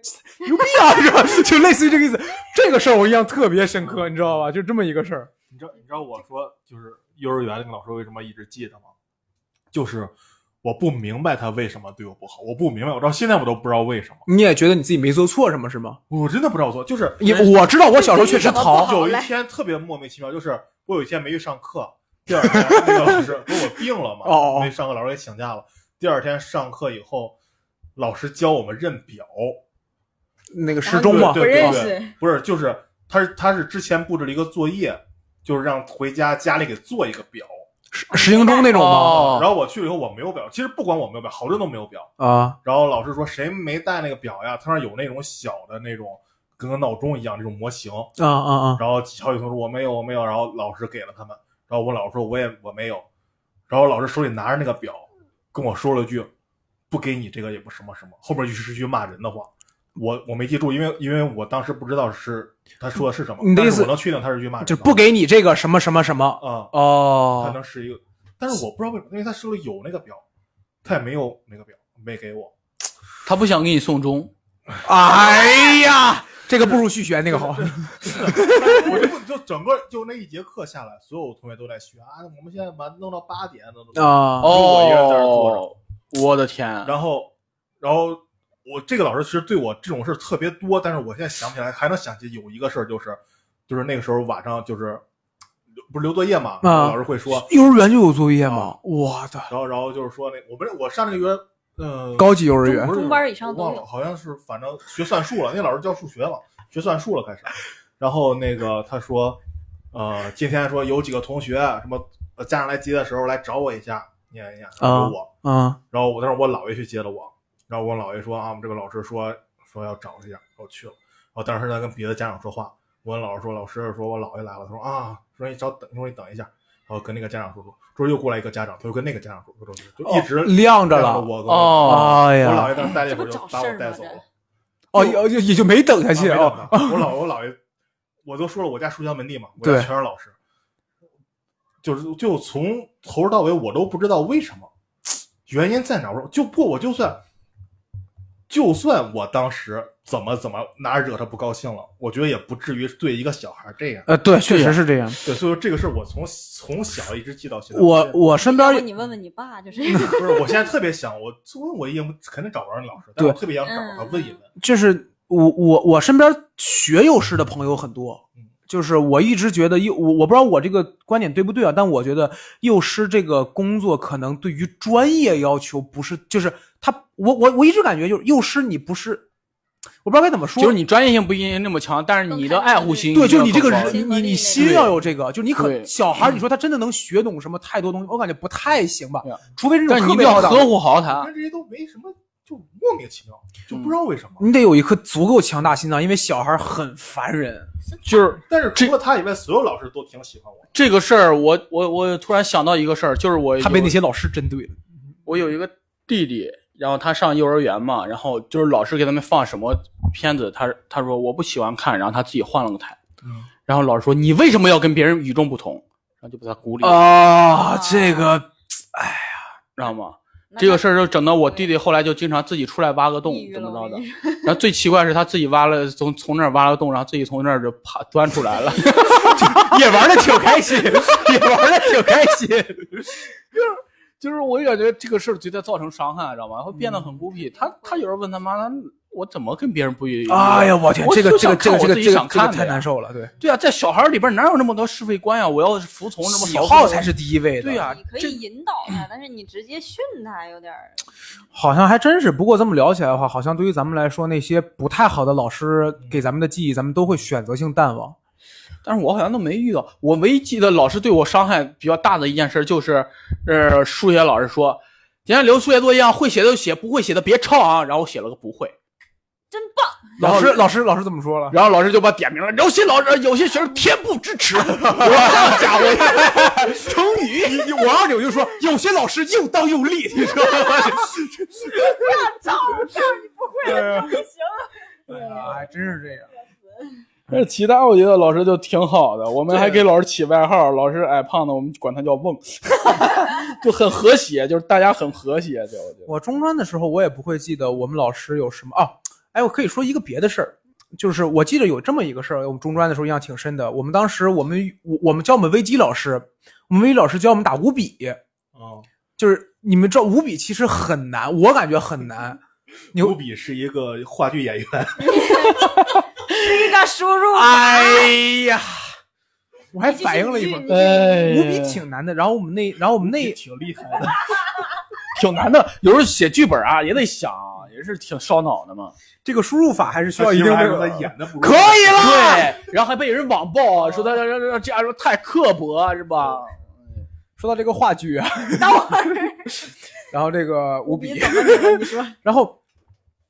牛逼啊，是吧？ (laughs) 就类似于这个意思。这个事儿我印象特别深刻，你知道吧？就这么一个事儿。你知道你知道我说就是幼儿园那个老师为什么一直记着吗？就是我不明白他为什么对我不好，我不明白，我到现在我都不知道为什么，你也觉得你自己没做错什么是吗？我真的不知道我错，就是也我知道我小时候确实你怎么不淘，好有一嘞天特别莫名其妙，就是我有一天没去上课，第二天那个老师不是我病了嘛，哦哦没上课，老师给请假了。第二天上课以后，老师教我们认表，那个时钟嘛，对不对认对识，不是，就是他是他是之前布置了一个作业，就是让回家家里给做一个表。十十行钟那种吗？哦，然后我去了以后我没有表，其实不管我没有表，好多人都没有表。啊，然后老师说谁没带那个表呀？他那儿有那种小的那种跟个闹钟一样那种模型，啊啊啊！然后小雨同说我没有，我没有，然后老师给了他们，然后我老师说我也我没有，然后老师手里拿着那个表跟我说了句，不给你这个也不什么什么，后面就是句骂人的话，我我没记住，因为因为我当时不知道是他说的是什么，你的意思但是我能确定他是句骂人的啊就话，不给你这个什么什么什么啊，他哦能是一个，但是我不知道为什么，因为他手里有那个表，他也没有那个表，没给我， (laughs) 他不想给你送钟，哎呀，这个不如续弦那个 (laughs) 好。啊我就就整个就那一节课下来，所有同学都在学啊，我们现在把弄到八点，弄到啊我一个人在那儿坐哦，我的天，然后，然后我这个老师其实对我这种事儿特别多，但是我现在想不起来，还能想起有一个事儿，就是就是那个时候晚上就是不是留作业啊嘛，然后老师会说，幼儿园就有作业吗？哦我的然后然后就是说那我不是我上那个园，呃，高级幼儿园不是中班以上都忘了，有好像是反正学算术了，那老师教数学了，学算术了开始，然后那个他说，呃，今天说有几个同学什么呃家长来接的时候来找我一下，念一念，然后我。啊然后我，但是我姥爷去接了我，然后我姥爷说啊，我们这个老师说说要找一下，我去了，然后当时在跟别的家长说话，我跟老师说，老师说我姥爷来了，他说啊，说你稍等，说你等一下，然后跟那个家长说说，说又过来一个家长，他又跟那个家长说说，就一直哦晾着了晾我跟我哦，哎我呀，姥爷当时待了一会儿这就不找把我事儿带吗走这了，哦也也也就没等下去啊没哦办法我姥我姥爷，我都说了，我家书香门第嘛，我家对全是老师，就是就从头到尾我都不知道为什么，原因在哪儿？我就不我就算，就算我当时怎么怎么哪惹他不高兴了，我觉得也不至于对一个小孩这样。呃，对，确实是这样。对，所以说这个事儿我从从小一直记到现在。我我身要边不也你问问你爸，就是不是，我现在特别想，我我已经肯定找不着那老师，但我对特别想找他问一问。就是我我我身边学幼师的朋友很多嗯，就是我一直觉得幼我我不知道我这个观点对不对啊，但我觉得幼师这个工作可能对于专业要求不是，就是他我我我一直感觉就是幼师你不是，我不知道该怎么说，就是你专业性不一定那么强，但是你的爱护心对，一就定要是你这个更高人，你对你心要有这个，就是你可对嗯小孩儿，你说他真的能学懂什么太多东西，我感觉不太行吧对啊，除非是那但种是你特一定别好要的，呵护好我嗯他，看这些都没什么，就莫名其妙，就不知道为什么。你得有一颗足够强大心脏，因为小孩儿很烦人。就是但是除了他以外，所有老师都挺喜欢我。这个事儿，我我我突然想到一个事儿，就是我他被有那些老师针对了，我有一个弟弟，然后他上幼儿园嘛，然后就是老师给他们放什么片子，他他说我不喜欢看，然后他自己换了个台，嗯然后老师说你为什么要跟别人与众不同，然后就把他孤立了，哦啊这个知道吗？这个事儿就整到我弟弟后来就经常自己出来挖个洞抑，郁怎了，么我着跟你。的说然后最奇怪的是他自己挖了从从那儿挖了个洞，然后自己从那儿就爬钻出来了。 (laughs) 也玩的挺开心，也玩的挺开 (laughs) 心。嗯就是我就感觉这个事儿对他造成伤害，知道吗？会变得很孤僻。他他有时候问他妈，他我怎么跟别人不一样？哎呀，我天，我这个就这个想这个看这我个自己这个想这个看的太呀难受了，对，对啊，在小孩儿里边哪有那么多是非观呀？我要服从这么喜少数好的才是第一位的。对呀你可这以引导他，但是你直接训他有点儿好像还真是。不过这么聊起来的话，好像对于咱们来说，那些不太好的老师给咱们的记忆，咱们都会选择性淡忘。但是我好像都没遇到。我唯一记得老师对我伤害比较大的一件事就是，呃，数学老师说，今天留数学作业啊，会写的就写，不会写的别抄啊。然后我写了个不会，真棒。老师，然后老师，老师怎么说了？然后老师就把我点名了。有些老师，有些学生天不知耻。我这家伙，成语，你你我要有就说，有些老师又当又立，你知道吗？照照你不会了，不 (laughs) 行了。对哎呀，还真是这样。但是 (laughs) 其他我觉得老师就挺好的，我们还给老师起外号，老师矮胖子，我们管他叫瓮， (laughs) 就很和谐，就是大家很和谐。对，我觉得。我中专的时候，我也不会记得我们老师有什么哦。哎，我可以说一个别的事儿，就是我记得有这么一个事儿，我们中专的时候印象挺深的。我们当时我们我我们教我们微机老师，我们微机老师教我们打五笔，哦啊，就是你们知道五笔其实很难，我感觉很难。牛卢比是一个话剧演员，是一个输入法，啊哎呀，我还反应了一会你儿，继续哎五笔挺难的。然后我们那，然后我们那挺厉害的。挺难的，有时候写剧本啊也得想，也是挺烧脑的嘛。这个输入法还是 (laughs) 需要一媳定妇 (laughs) 还的说他演的不如可以了。对，然后还被人网暴，啊说他这这这样说太刻薄啊是吧？说到这个话 (laughs) 剧啊，那我然后这个五你笔，怎么觉得你说然后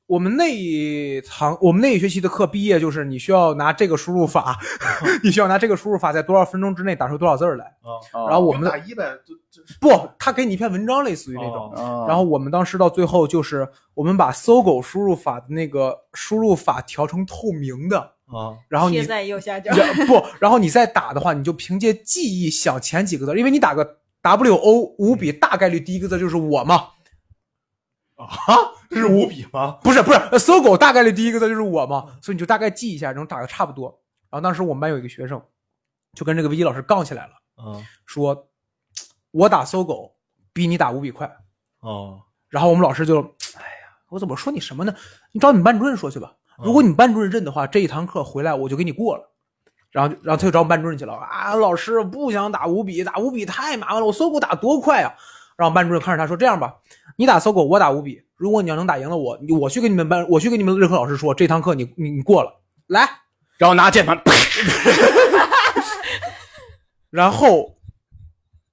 我们那一堂我们那一学期的课毕业就是你需要拿这个输入法，嗯 (laughs) 你需要拿这个输入法在多少分钟之内打出多少字儿来。啊，然后我就们打一呗，就就是不，他给你一篇文章，类似于那种。哦哦，然后我们当时到最后就是，我们把搜狗输入法的那个输入法调成透明的，啊，然后你贴在右下角，然不，然后你再打的话，你就凭借记忆想前几个字，因为你打个 W O 五笔，大概率第一个字就是我嘛，这是五比吗？不是不是，呃搜狗大概率第一个字就是我嘛，所以你就大概记一下，然后打个差不多。然后当时我们班有一个学生，就跟这个危机老师杠起来了，啊，说我打搜狗比你打五笔快。哦，然后我们老师就，哎呀，我怎么说你什么呢？你找你们班主任说去吧。嗯如果你们班主任认的话，这一堂课回来我就给你过了。然后，然后他就找我们班主任去了啊，老师我不想打五笔，打五笔太麻烦了，我搜狗打多快啊！然后班主任看着他说：“这样吧，你打搜狗，我打五笔。如果你要能打赢了我，你我去跟你们班，我去跟你们任课老师说，这堂课你你你过了，来。然后拿键盘，啪”然后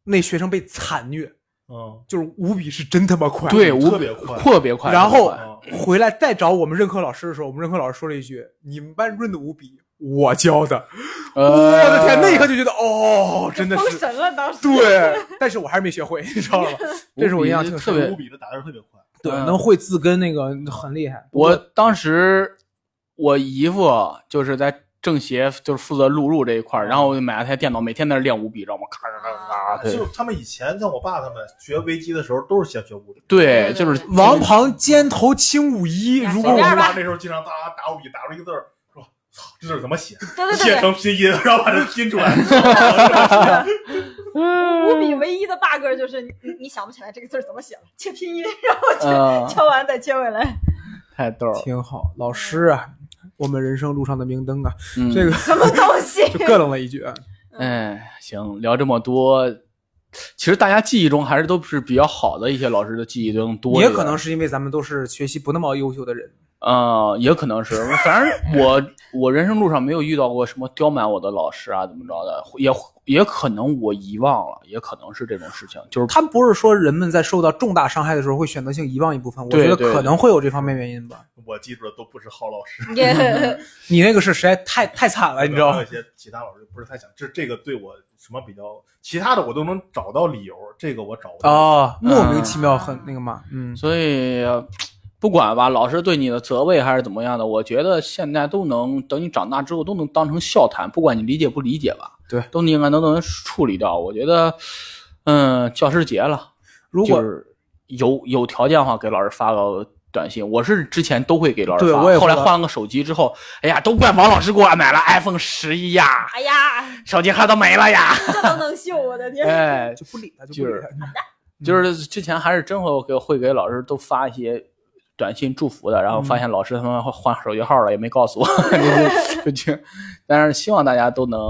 那学生被惨虐，嗯，就是五笔是真他妈快，对，特别快特别快。然后啊回来再找我们任课老师的时候，我们任课老师说了一句：“你们班主任的五笔我教的。我我的呃天，那一刻就觉得哦，真的封是神了当时。 (laughs) 对，但是我还是没学会，你知道 (laughs) 吗？这是我印象挺特深别的。五比的打的特别快，对，嗯能会字根那个很厉害。我当时我姨夫就是在政协，就是负责录入这一块儿，然后我就买了台电脑，每天在那练五笔，知道吗？咔咔咔咔咔。就他们以前像我爸他们学微机的时候，都是先学五比。对，就是王旁肩头轻舞一，呀如我果随我便爸吧那时候经常打打五笔，打出一个字儿，说 (laughs) 操，这字儿怎 (laughs) 么写？对对写对成拼音，然后把它拼出来。对，五笔唯一的 bug 就是你你你想不起来这个字儿怎么写了，切拼音，然后呃，敲完再切回来。太逗了。挺好，老师啊，嗯我们人生路上的明灯啊，嗯这个什么东西？就咯噔了一句。啊哎，行，聊这么多，其实大家记忆中还是都是比较好的一些老师的记忆更多一也点，可能是因为咱们都是学习不那么优秀的人，呃，也可能是，反正我 (laughs) 我人生路上没有遇到过什么刁难我的老师啊，怎么着的，也也可能我遗忘了，也可能是这种事情，就是他不是说人们在受到重大伤害的时候会选择性遗忘一部分，我对觉得对可能会有这方面原因吧。我记住的都不是好老师，也你那个是实在太太惨哎了，你知道还有吗一？些其他老师不是太想，这这个对我什么比较，其他的我都能找到理由，这个我找不到。哦，莫名其妙很那个嘛，嗯，所以不管吧，老师对你的责备还是怎么样的，我觉得现在都能等你长大之后都能当成笑谈，不管你理解不理解吧，对，都应该能能处理掉。我觉得，嗯，教师节了，如果就是有有条件的话，给老师发个。短信，我是之前都会给老师对发，我也后来会换了个手机之后，哎呀，都怪王老师给我买了 iPhone 十一呀，哎呀，手机号都没了呀。这都能秀，我的天！ (laughs) 哎，就不理他，就就不理他。就是之前还是真会给会给老师都发一些短信祝福的，然后发现老师他们换手机号了，也没告诉我， (laughs) 就就就，但是希望大家都能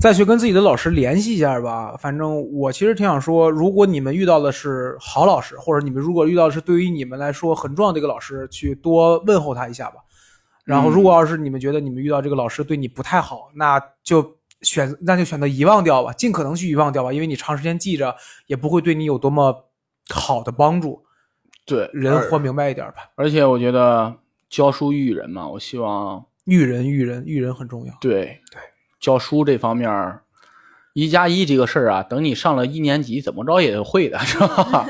再去跟自己的老师联系一下吧。反正我其实挺想说，如果你们遇到的是好老师，或者你们如果遇到的是对于你们来说很重要的一个老师，去多问候他一下吧。然后，如果要是你们觉得你们遇到这个老师对你不太好，那就选那就选择遗忘掉吧，尽可能去遗忘掉吧，因为你长时间记着也不会对你有多么好的帮助。对人活明白一点吧，而且我觉得教书育人嘛，我希望育人育人育人很重要。对对教书这方面儿，一加一这个事儿啊，等你上了一年级，怎么着也会的，是 (laughs) 吧？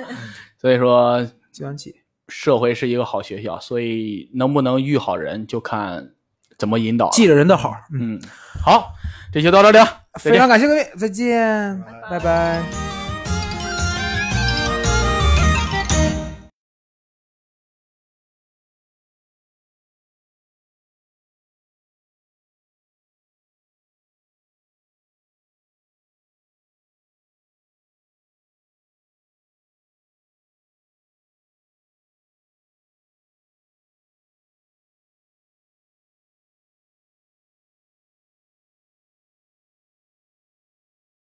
所以说，计算器，社会是一个好学校，所以能不能育好人，就看怎么引导了。记着人的好。嗯，嗯，好，这就到这里了，再非见常感谢各位，再见，拜拜